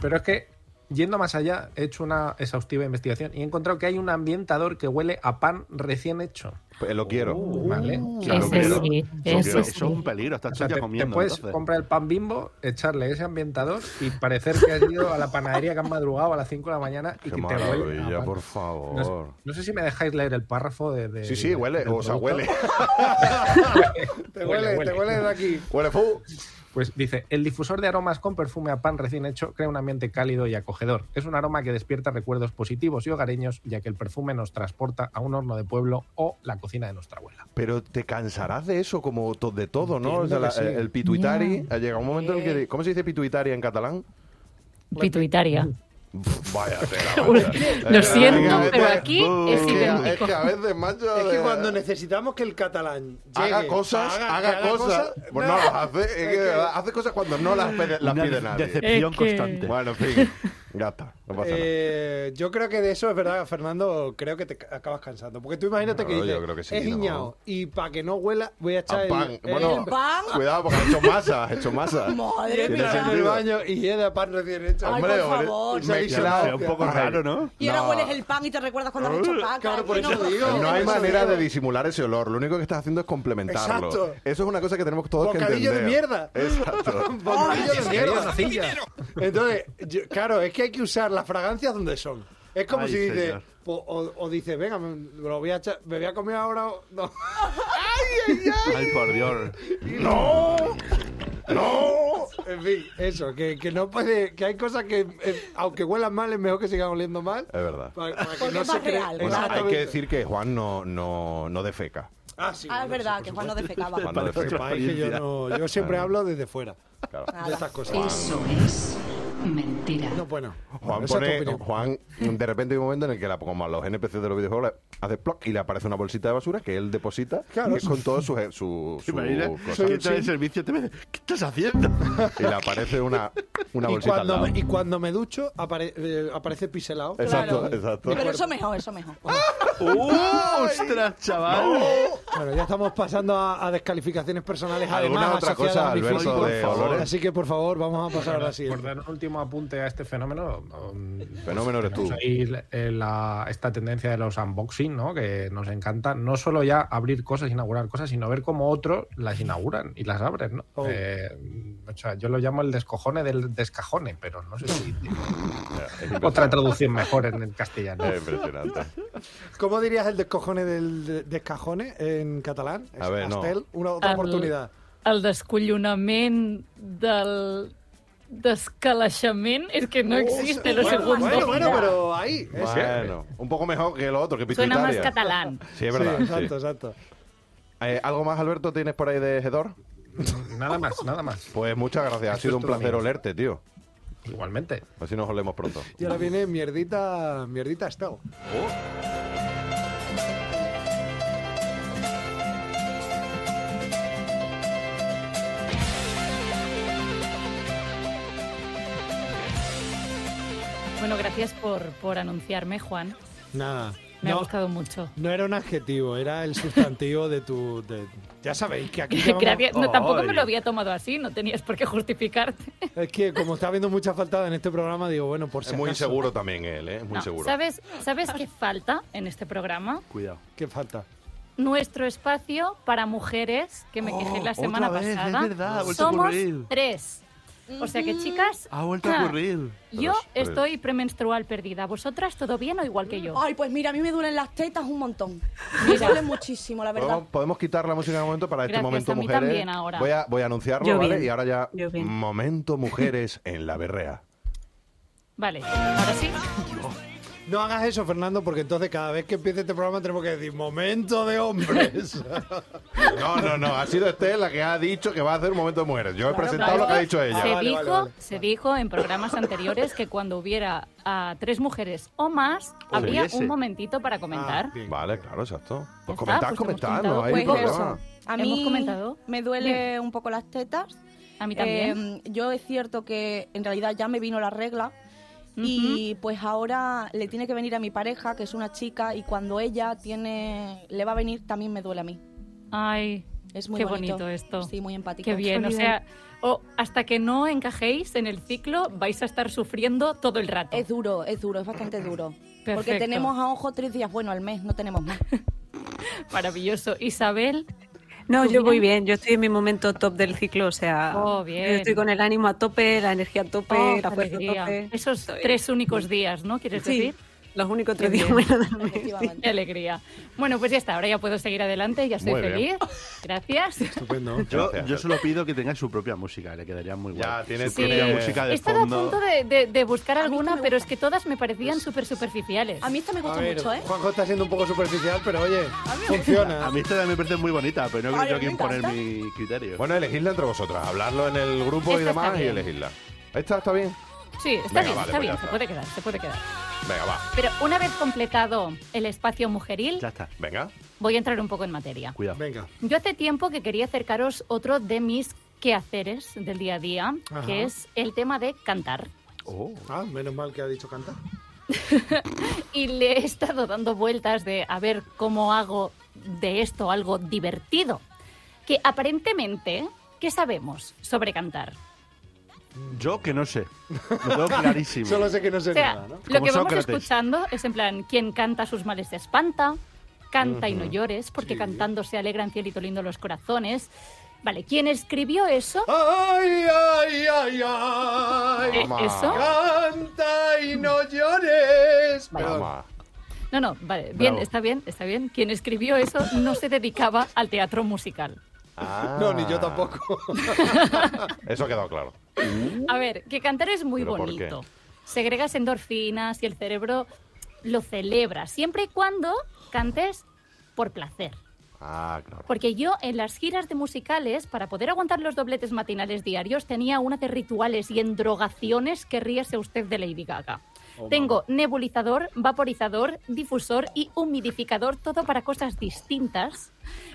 Pero es que, yendo más allá, he hecho una exhaustiva investigación y he encontrado que hay un ambientador que huele a pan recién hecho.
Pues lo quiero.
Uh, ¿vale?
Uh.
Claro,
ese
pero-
sí,
pero-
Eso
ese
es
sí.
un peligro. Estás
O sea,
tú
te,
ya
te
comiendo.
puedes
entonces.
comprar el pan bimbo, echarle ese ambientador y parecer que has ido a la panadería que has madrugado a las 5 de la mañana y
Qué
que te huele. a
maravilla,
pan.
por
No,
favor.
sé- no sé si me dejáis leer el párrafo de. de-
Sí, sí,
del
huele, o sea,
eh, producto.
huele.
Te huele, te huele de aquí.
Huele fu.
Pues dice, el difusor de aromas con perfume a pan recién hecho crea un ambiente cálido y acogedor. Es un aroma que despierta recuerdos positivos y hogareños, ya que el perfume nos transporta a un horno de pueblo o la cocina de nuestra abuela.
Pero te cansarás de eso, como to- de todo, ¿no?
Entiendo
O sea, la-
que sí.
El pituitari, ha llegado un momento en el que... ¿Cómo se dice pituitaria en catalán?
Pituitaria.
eh,
Pf, Vaya tela,
Uy,
macho.
lo
Eh,
siento,
es que a
pero
veces-
aquí
Buh,
es
eh,
que a-
idéntico.
Es que a veces, macho...
Es que
de-
cuando necesitamos que el catalán llegue,
Haga cosas, haga,
que
cosas. Pues no, las hace. Es que
que-
hace cosas cuando no las pide, las
Una
pide nadie.
decepción
Es que-
constante.
Bueno, en fin. Ya está, no pasa nada.
Eh, yo creo que de eso es verdad, Fernando, creo que te ca- acabas cansando. Porque tú imagínate que
No, yo
dices,
creo que sí,
es
¿no?
guiñao, y para que no huela voy a echar
A
el,
pan.
el
Bueno,
pan.
cuidado porque ha hecho masa, ha hecho masa. Tiene
Madre
pan
mía.
en el
sentido.
baño y era pan recién hecho.
Ay,
Hombre,
por
hombre,
favor,
me-
se ha
me-
aislado.
es un poco
Ay.
raro, ¿no?
Y ahora
No.
hueles el pan y te recuerdas cuando has hecho caca.
claro, por
que
eso
no- Ah,
digo.
No hay
Eso
manera
digo.
de disimular ese olor, lo único que estás haciendo es complementarlo.
Exacto.
Eso es una cosa que tenemos todos que
Bocadillo de
entender.
mierda.
Exacto.
Bocadillo de mierda.
Nocilla.
Entonces, yo- claro, es que hay que usar las fragancias donde son. Es como
Ay,
si dices,
señor.
po- o, o dices, venga, me, lo voy a echar- me voy a comer ahora. o- No.
Ay, por Dios.
¡No! ¡No!
En fin, eso, que, que no puede, que hay cosas que, eh, aunque huelan mal, es mejor que sigan oliendo mal.
Es verdad.
Pa- para que
Porque
no
es
se
más
cree-
real,
Bueno, hay
Exactamente.
que decir que Juan no, no, no defeca.
Ah, sí,
Ah, es
bueno,
verdad,
sí,
que
por
Juan no
supuesto.
defecaba.
Juan no
este Que
defeca.
sepáis que yo, no- yo siempre hablo desde fuera
Claro.
de estas cosas.
Eso es mentira.
eh, No, bueno.
Juan,
esa es tu
pone,
opinión.
Juan, de repente hay un momento en el que la, como a los NPC de los videojuegos le hace ploc y le aparece una bolsita de basura que él deposita
Claro.
y es con todo su, su, su
Imagina,
cosa.
soy entra en servicio te me dice, ¿qué estás haciendo?
Y le aparece una, una
y,
bolsita al
cuando
lado.
me, y cuando me ducho, apare- eh, aparece piselado.
Exacto,
Claro.
exacto.
Pero eso mejor, eso mejor.
¡Uh, ¡Ostras, chaval!
Bueno, ya estamos pasando a, a descalificaciones personales.
¿Alguna
Además,
otra
asociadas
cosa,
a mi
Alberto,
físico.
de
Por favor.
olores?
Así que, por favor, vamos a pasar ahora sí.
Por dar un último apunte a este fenómeno. um,
Fenómeno eres tú.
tenemos ahí la- eh, la- esta tendencia de los unboxing, ¿no? Que nos encanta no solo ya abrir cosas, inaugurar cosas, sino ver cómo otros las inauguran y las abren, ¿no?
Oh.
Eh, o sea, yo lo llamo el descojone del descajone, pero no sé si otra traducción mejor en el castellano.
Es impresionante.
¿Cómo dirías el descojone del de- descajone en catalán?
A ver, no.
Pastel, una otra
Al-
oportunidad.
El descollonament del descalaixament es que no existe este lo
Oh, bueno,
segundo.
Bueno, bueno, pero ahí. eh. es-
Bueno, un poco mejor que lo otro, que
Suena más
Pituitaria.
catalán.
Sí, es
Sí,
verdad. sí.
exacto, exacto.
Eh, ¿Algo más, Alberto, tienes por ahí de Hedor?
Nada más, nada más.
Pues muchas gracias. Ha
Esto
sido
es
un
todo
placer
mío.
olerte, tío.
Igualmente.
Así nos olemos pronto.
Y ahora viene mierdita, mierdita Estel.
Bueno, gracias por, por anunciarme, Juan.
Nada.
Me ha
No,
gustado mucho.
no era un adjetivo, era el sustantivo de tu. de- ya sabéis que aquí. llamamos-
Gracias. No, tampoco me
Ay.
lo había tomado así, no tenías por qué justificarte.
Es que como está habiendo mucha faltada en este programa, digo, bueno, por si
Es muy
acaso.
inseguro también él, ¿eh? Es muy
No,
seguro.
¿Sabes, ¿Sabes qué falta en este programa?
Cuidado.
¿Qué falta?
Nuestro espacio para mujeres, que me quejé
Oh,
la
otra
semana
vez, es
pasada.
verdad, ha vuelto a
Somos
ocurrir.
tres. O sea que, chicas,
Ha vuelto a
ah,
ocurrir.
yo
Tres, tres.
estoy premenstrual perdida. ¿Vosotras todo bien o igual que yo?
Ay, pues mira, a mí me duelen las tetas un montón. Me
Mira.
duelen muchísimo, la verdad.
¿Podemos, podemos quitar la música de momento para este
Gracias,
momento
a mí
mujeres.
también ahora.
Voy a, voy a anunciarlo,
Yo
¿vale?
bien.
Y ahora ya.
Yo bien.
Momento mujeres en la berrea.
Vale, ahora sí.
No hagas eso, Fernando, porque entonces cada vez que empiece este programa tenemos que decir momento de hombres.
No, no, no. Ha sido Estel la que ha dicho que va a hacer un momento de mujeres. Yo he presentado
claro.
lo que ha dicho ella.
se
vale,
dijo,
vale, vale.
se dijo en programas anteriores que cuando hubiera a tres mujeres o más, habría
Hubiese.
un momentito para comentar.
Ah, bien.
Vale, claro, exacto. Pues comentad,
está, pues hemos
comentad,
comentado,
no hay
pues
problema.
eso.
A
¿Hemos
mí
comentado?
me duele un poco las tetas.
Ah.
A mí también.
Eh, yo es cierto que en realidad ya me vino la regla y pues ahora le tiene que venir a mi pareja, que es una chica, y cuando ella tiene le va a venir también me duele a mí.
Ay,
Es muy
qué
bonito.
bonito, esto.
Sí, muy empático.
Qué bien, o sea, o hasta que no encajéis en el ciclo vais a estar sufriendo todo el rato.
Es duro, es duro, es bastante duro. Porque
Perfecto.
tenemos a ojo tres días, bueno, al mes, no tenemos más.
Maravilloso. Isabel,
No,
¿Tú
yo voy
bien?
bien, yo estoy en mi momento top del ciclo, o sea,
Oh, bien.
yo estoy con el ánimo a tope, la energía a tope,
oh,
la
qué
fuerza
alegría.
a tope.
Esos
Estoy-
tres únicos días, ¿no? ¿Quieres
sí,
decir?
los únicos tres
Qué
días
bien.
me dan a mí.
Qué
Efectivamente.
alegría. Bueno, pues ya está, ahora ya puedo seguir adelante, ya estoy
Muy bien.
feliz. Gracias.
Estupendo.
Yo,
Gracias.
yo solo pido que tenga su propia música, le quedaría muy guay.
Ya, tiene-
Su propia
tiene-
música
He
de
estado a
fondo.
punto de, de- de buscar
mí
alguna,
también me
pero es
gusta.
que todas me parecían súper superficiales.
A mí esta me
A
gusta
ver,
mucho, ¿eh?
Juanjo está siendo un poco superficial, pero oye,
me
funciona.
A mí esta me parece muy bonita, pero no
Ay,
quiero
me
yo imponer
encanta.
mi criterio.
Bueno, elegidla entre vosotras, hablarlo en el grupo
Esta
y
está
demás y
bien.
elegidla. ¿Esta está bien?
Sí, está
Venga,
bien,
vale,
está
pues
bien,
ya
se
está.
puede quedar, se puede quedar.
Venga, va.
Pero una vez completado el espacio mujeril,
ya está,
Venga.
voy a entrar un poco en materia.
cuidado.
Venga.
Yo hace tiempo que quería acercaros otro de mis quehaceres del día a día,
Ajá.
que es el tema de cantar.
Oh.
Ah, menos mal que ha dicho cantar.
Y le he estado dando vueltas de a ver cómo hago de esto algo divertido. Que aparentemente, ¿qué sabemos sobre cantar?
Yo que no sé. Lo tengo clarísimo.
Solo sé que no sé
O sea,
nada, ¿no?
lo
Como
que vamos
Sócrates.
escuchando es en plan, quien canta sus males se espanta, canta y no llores, porque cantando se alegran cielito lindo los corazones. Vale, ¿quién escribió eso?
¡Ay, ay, ay,
Eh,
ay!
¿Eso?
¡Canta y no llores! Mamá.
No, no, vale, bien,
Bravo.
está bien, está bien. Quien escribió eso no se dedicaba al teatro musical.
Ah.
No, ni yo tampoco.
Eso ha quedado claro.
A ver, que cantar es muy
¿Pero por
bonito. Segregas endorfinas y el cerebro lo celebra, siempre y cuando cantes por placer.
Ah, claro.
Porque yo en las giras de musicales, para poder aguantar los dobletes matinales diarios, tenía una de rituales y endrogaciones que ríase usted de Lady Gaga. Tengo nebulizador, vaporizador, difusor y humidificador, todo para cosas distintas,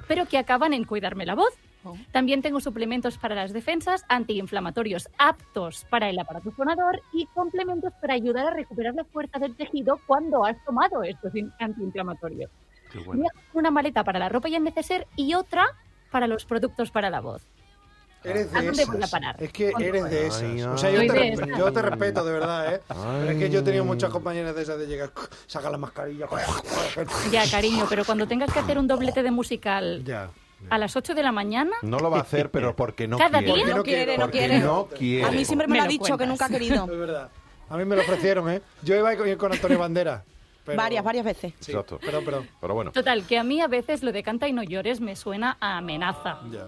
pero que acaban en cuidarme la voz. También tengo suplementos para las defensas, antiinflamatorios aptos para el aparato sonador y complementos para ayudar a recuperar la fuerza del tejido cuando has tomado estos in- antiinflamatorios.
Qué bueno.
Voy a coger una maleta para la ropa y el neceser y otra para los productos para la voz.
Eres
¿A
de
dónde voy a
esas.
parar?
Es que
¿Dónde
eres
voy?
de
Ay,
esas. O sea, yo
ay.
te,
Soy de
respeto,
esas.
yo te respeto, de verdad, ¿eh? Pero es que yo he tenido muchas compañeras de esas de llegar, saca la mascarilla.
Ya, cariño, pero cuando tengas que hacer un doblete de musical
Ya. Mm.
a las 8 de la mañana,
No lo va a hacer, pero porque no
Cada
quiere.
día.
Porque
No quiere, no
porque
quiere.
no quiere.
eh,
A mí siempre me,
Me
lo ha
lo
dicho que
cuentas.
nunca ha querido.
Es verdad. A mí me lo ofrecieron, ¿eh? Yo iba a ir con Antonio Bandera. pero-
Varias, varias veces.
Sí,
Exacto.
Perdón, perdón.
Pero bueno,
total, que a mí a veces lo de canta y no llores me suena a amenaza.
Ya.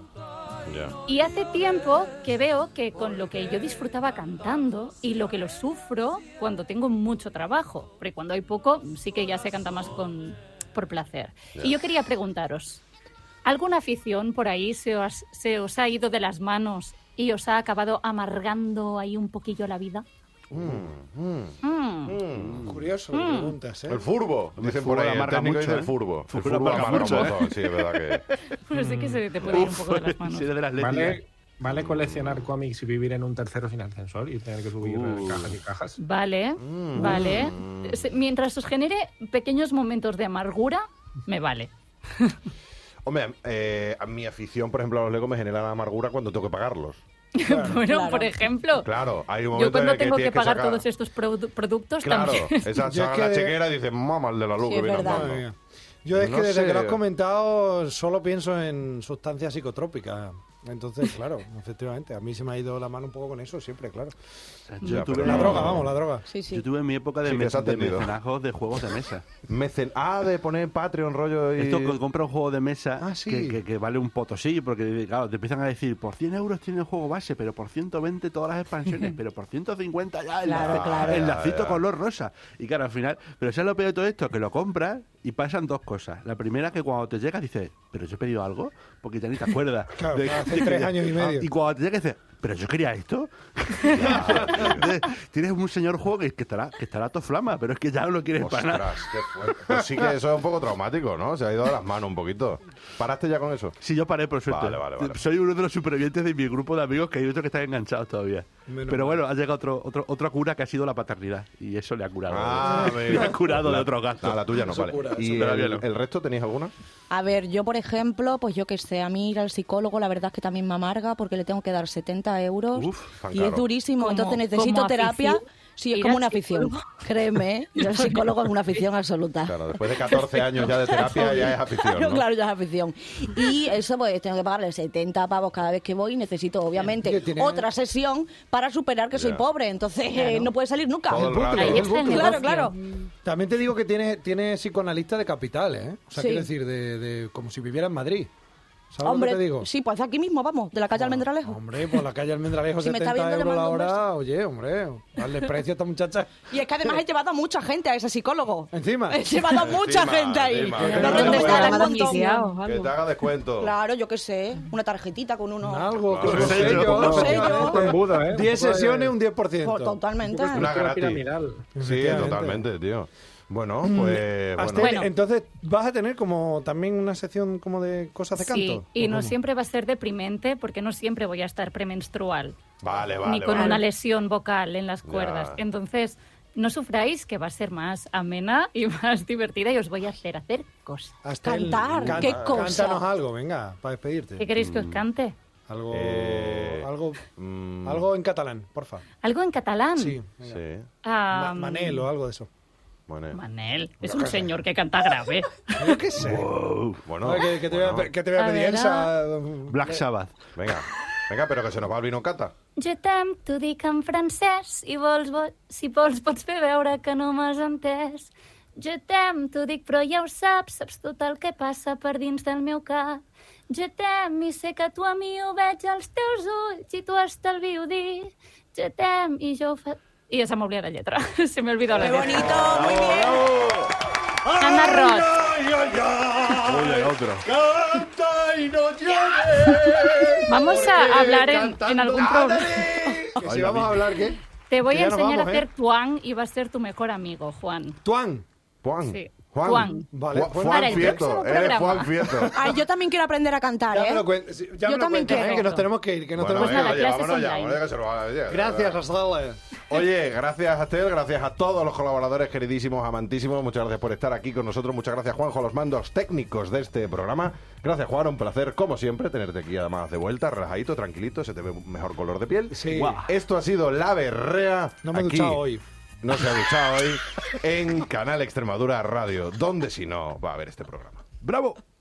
ya.
Y hace tiempo que veo que con lo que yo disfrutaba cantando y lo que lo sufro cuando tengo mucho trabajo, porque cuando hay poco sí que ya se canta más con, por placer. Y yo quería preguntaros, ¿alguna afición por ahí se os, se os ha ido de las manos y os ha acabado amargando ahí un poquillo la vida? Mm.
Curioso, me
Mm.
preguntas, ¿eh?
El furbo, dicen
furbo
por ahí. El
amarga
técnico
mucho,
dice el
¿eh?
furbo. El
Furbo
furbo
amarga
amarga
mucho, ¿eh?
mogollón, Sí, es verdad que...
Pero Pues sí que se te puede ir un poco de las manos.
Sí, de las
Vale, vale coleccionar cómics y vivir en un tercero sin ascensor y tener que subir
Uh.
cajas y cajas.
Vale,
Mm.
vale. Se- Mientras os genere pequeños momentos de amargura, me vale.
Hombre, eh, a mi afición, por ejemplo, a los Lego me genera la amargura cuando tengo que pagarlos.
bueno,
Claro.
por ejemplo,
Claro, hay un momento
yo cuando
en el
tengo que,
tienes
pagar
sacar-
todos estos produ- productos
Claro,
también.
esa
Yo es
saca
que
la
de-
chequera y dices, mamá, el de la luz
Sí,
que
es
viene
verdad.
andando.
Madre mía. Yo es
No
que desde que
sé.
lo has comentado solo pienso en sustancias psicotrópicas. Entonces, claro, efectivamente, a mí se me ha ido la mano un poco con eso siempre, claro.
Yo
Ya,
tuve,
pero
La
No.
droga, vamos, la droga.
Sí, sí.
yo tuve mi época de,
Sí,
me-
te has
de
atendido.
mecenazgos de juegos de mesa.
Mecen... Ah, de poner Patreon, rollo y...
Esto que compra un juego de mesa
Ah, sí.
que, que- que vale un potosí, porque claro, te empiezan a decir, por 100 euros tiene el juego base, pero por 120 todas las expansiones, pero por 150 ya el,
Claro,
laci-
claro.
el
Ya,
lacito
ya.
color rosa. Y claro, al final, pero ¿sabes lo peor de todo esto? Que lo compras y pasan dos cosas. La primera que cuando te llegas dices, pero yo he pedido algo, porque ya ni te acuerdas.
Claro,
De-
hace
de que
tres
ya-
años y medio.
Ah, Y cuando te llegas dices, pero yo quería esto. Entonces, Tienes un señor juego que, que estará que estará a tu flama, pero es que ya no lo quieres para nada.
Ostras, qué fuerte. Pues sí que eso es un poco traumático, ¿no? Se ha ido de las manos un poquito. ¿Paraste ya con eso?
Sí, yo paré, por suerte.
Vale, vale, vale.
Soy uno de los supervivientes de mi grupo de amigos que hay otros que están enganchados todavía.
Menos
Pero
mal.
bueno, ha llegado otro, otro, otra cura que ha sido la paternidad. Y eso le ha curado.
Ah,
le ha curado de otros gastos.
No, la tuya no,
Eso
vale.
cura, eso
¿Y
cura.
el, el resto tenéis alguna?
A ver, yo por ejemplo, pues yo que sé, a mí ir al psicólogo la verdad es que también me amarga porque le tengo que dar 70 euros
Uf, tan
y
caro.
es durísimo,
Como-
entonces
como
necesito
afición,
terapia. Sí, es
ir
como
al
una afición, créeme, ¿eh? ir al psicólogo es una afición
Ah.
absoluta.
Claro, después de 14 años ya de terapia ya es afición,
Claro,
¿no?
claro, ya es afición. Y eso, pues tengo que pagarle 70 pavos cada vez que voy y necesito, obviamente,
Oye, tiene-
otra sesión para superar que soy
Ya.
pobre. Entonces, eh, no puede salir nunca.
Todo el rato.
Ahí
El
está el
Claro,
negocio.
claro.
También te digo que tiene, tiene psicoanalista de capitales, ¿eh? O sea,
Sí.
quiero decir, de, de- como si viviera en Madrid. ¿Sabes
Hombre,
lo que te digo?
sí, pues aquí mismo, vamos, de la calle Almendralejo.
Hombre, por la calle Almendralejo
Si me está
70
viendo, le
euros la
mando un
hora. Oye, hombre, darle precio a esta muchacha.
Y es que además he llevado a mucha gente a ese psicólogo.
Encima.
He llevado a mucha
Encima,
gente ahí.
encima.
Me
Pero
han
no te
contestado
puedes
un montón.
Que te haga descuento.
Claro, yo qué sé, una tarjetita con uno.
Algo,
Claro,
con un
sí, yo,
sello,
no
un
sé
sello.
yo. Embudo, ¿eh?
10 sesiones, un
Por-
10%.
totalmente.
Una gratis.
piramidal.
Sí,
Efectivamente. Mm.
totalmente, tío. Bueno, pues.
Hasta-
bueno.
Bueno.
Entonces, ¿vas a tener como también una sección como de cosas de
Sí,
canto?
y
¿O
no
cómo?
siempre va a ser deprimente porque no siempre voy a estar premenstrual.
Vale, vale.
ni con
vale.
una lesión vocal en las cuerdas.
Ya.
Entonces, no sufráis que va a ser más amena y más divertida y os voy a hacer hacer cosas.
Hasta el-
Cantar,
can-
qué cosa.
Cántanos algo, venga, para
¿Qué
despedirte.
queréis que os
Mm.
cante?
Algo,
Eh,
algo,
Mm,
algo en catalán, porfa.
¿Algo en
Mm.
catalán?
Sí. venga.
Sí.
Ah,
Ma- Manel o algo de eso.
Bueno.
Manel, es un señor que canta grave.
Yo qué sé.
Bueno,
Oye, que, que te voy a,
bueno,
pe- que te voy a
A
pedir
ver,
Elsa.
Black Sabbath.
Venga, venga, pero que se nos va el vino cata.
Jo t'am, t'ho dic en francès, i vols, vo- si vols pots fer veure que no m'has entès. Jo t'am, t'ho dic però ja ho saps, saps tot el que passa per dins del meu cap. Jo t'am i sé que tu a mi ho veig als teus ulls i tu estalvio dir. Jo t'am i jo ho fa... I ja se m'ha oblidat la lletra. se m'ha olvidat la
Qué
lletra.
bonito, muy bien.
Anna Roth.
Ah,
Uy, hay otro.
Canta y no llores.
Vamos a hablar en, en algún programa.
Que si vamos a hablar, ¿qué?
Te voy
Que ya
a
nos
enseñar
vamos,
a
¿eh?
hacer tuang y va a ser tu mejor amigo, Juan.
Tuan.
Juan.
Sí.
Juan.
Juan.
Vale,
Juan,
bueno.
Para el
Fieto.
próximo
Eres
programa.
Juan Fieto.
Ay, yo también quiero aprender a cantar,
Ya me
¿eh?
lo cuentas, sí, ya
Yo
me lo
también
cuentas,
quiero.
eh, que nos tenemos que ir, que nos
Bueno,
tenemos
Pues nada,
oye,
clases
vámonos ya,
online.
vámonos, que se nos va a- ya,
que ir. Gracias, Astral.
Oye, gracias Astel, gracias a todos los colaboradores, queridísimos, amantísimos. Muchas gracias por estar aquí con nosotros. Muchas gracias, Juanjo, a los mandos técnicos de este programa. Gracias, Juan, un placer, como siempre, tenerte aquí además de vuelta, relajadito, tranquilito, se te ve mejor color de piel.
Sí.
Guau. Esto ha sido La Berrea.
No me he
aquí.
duchado hoy.
No se ha duchado hoy en Canal Extremadura Radio, donde si no va a haber este programa. ¡Bravo!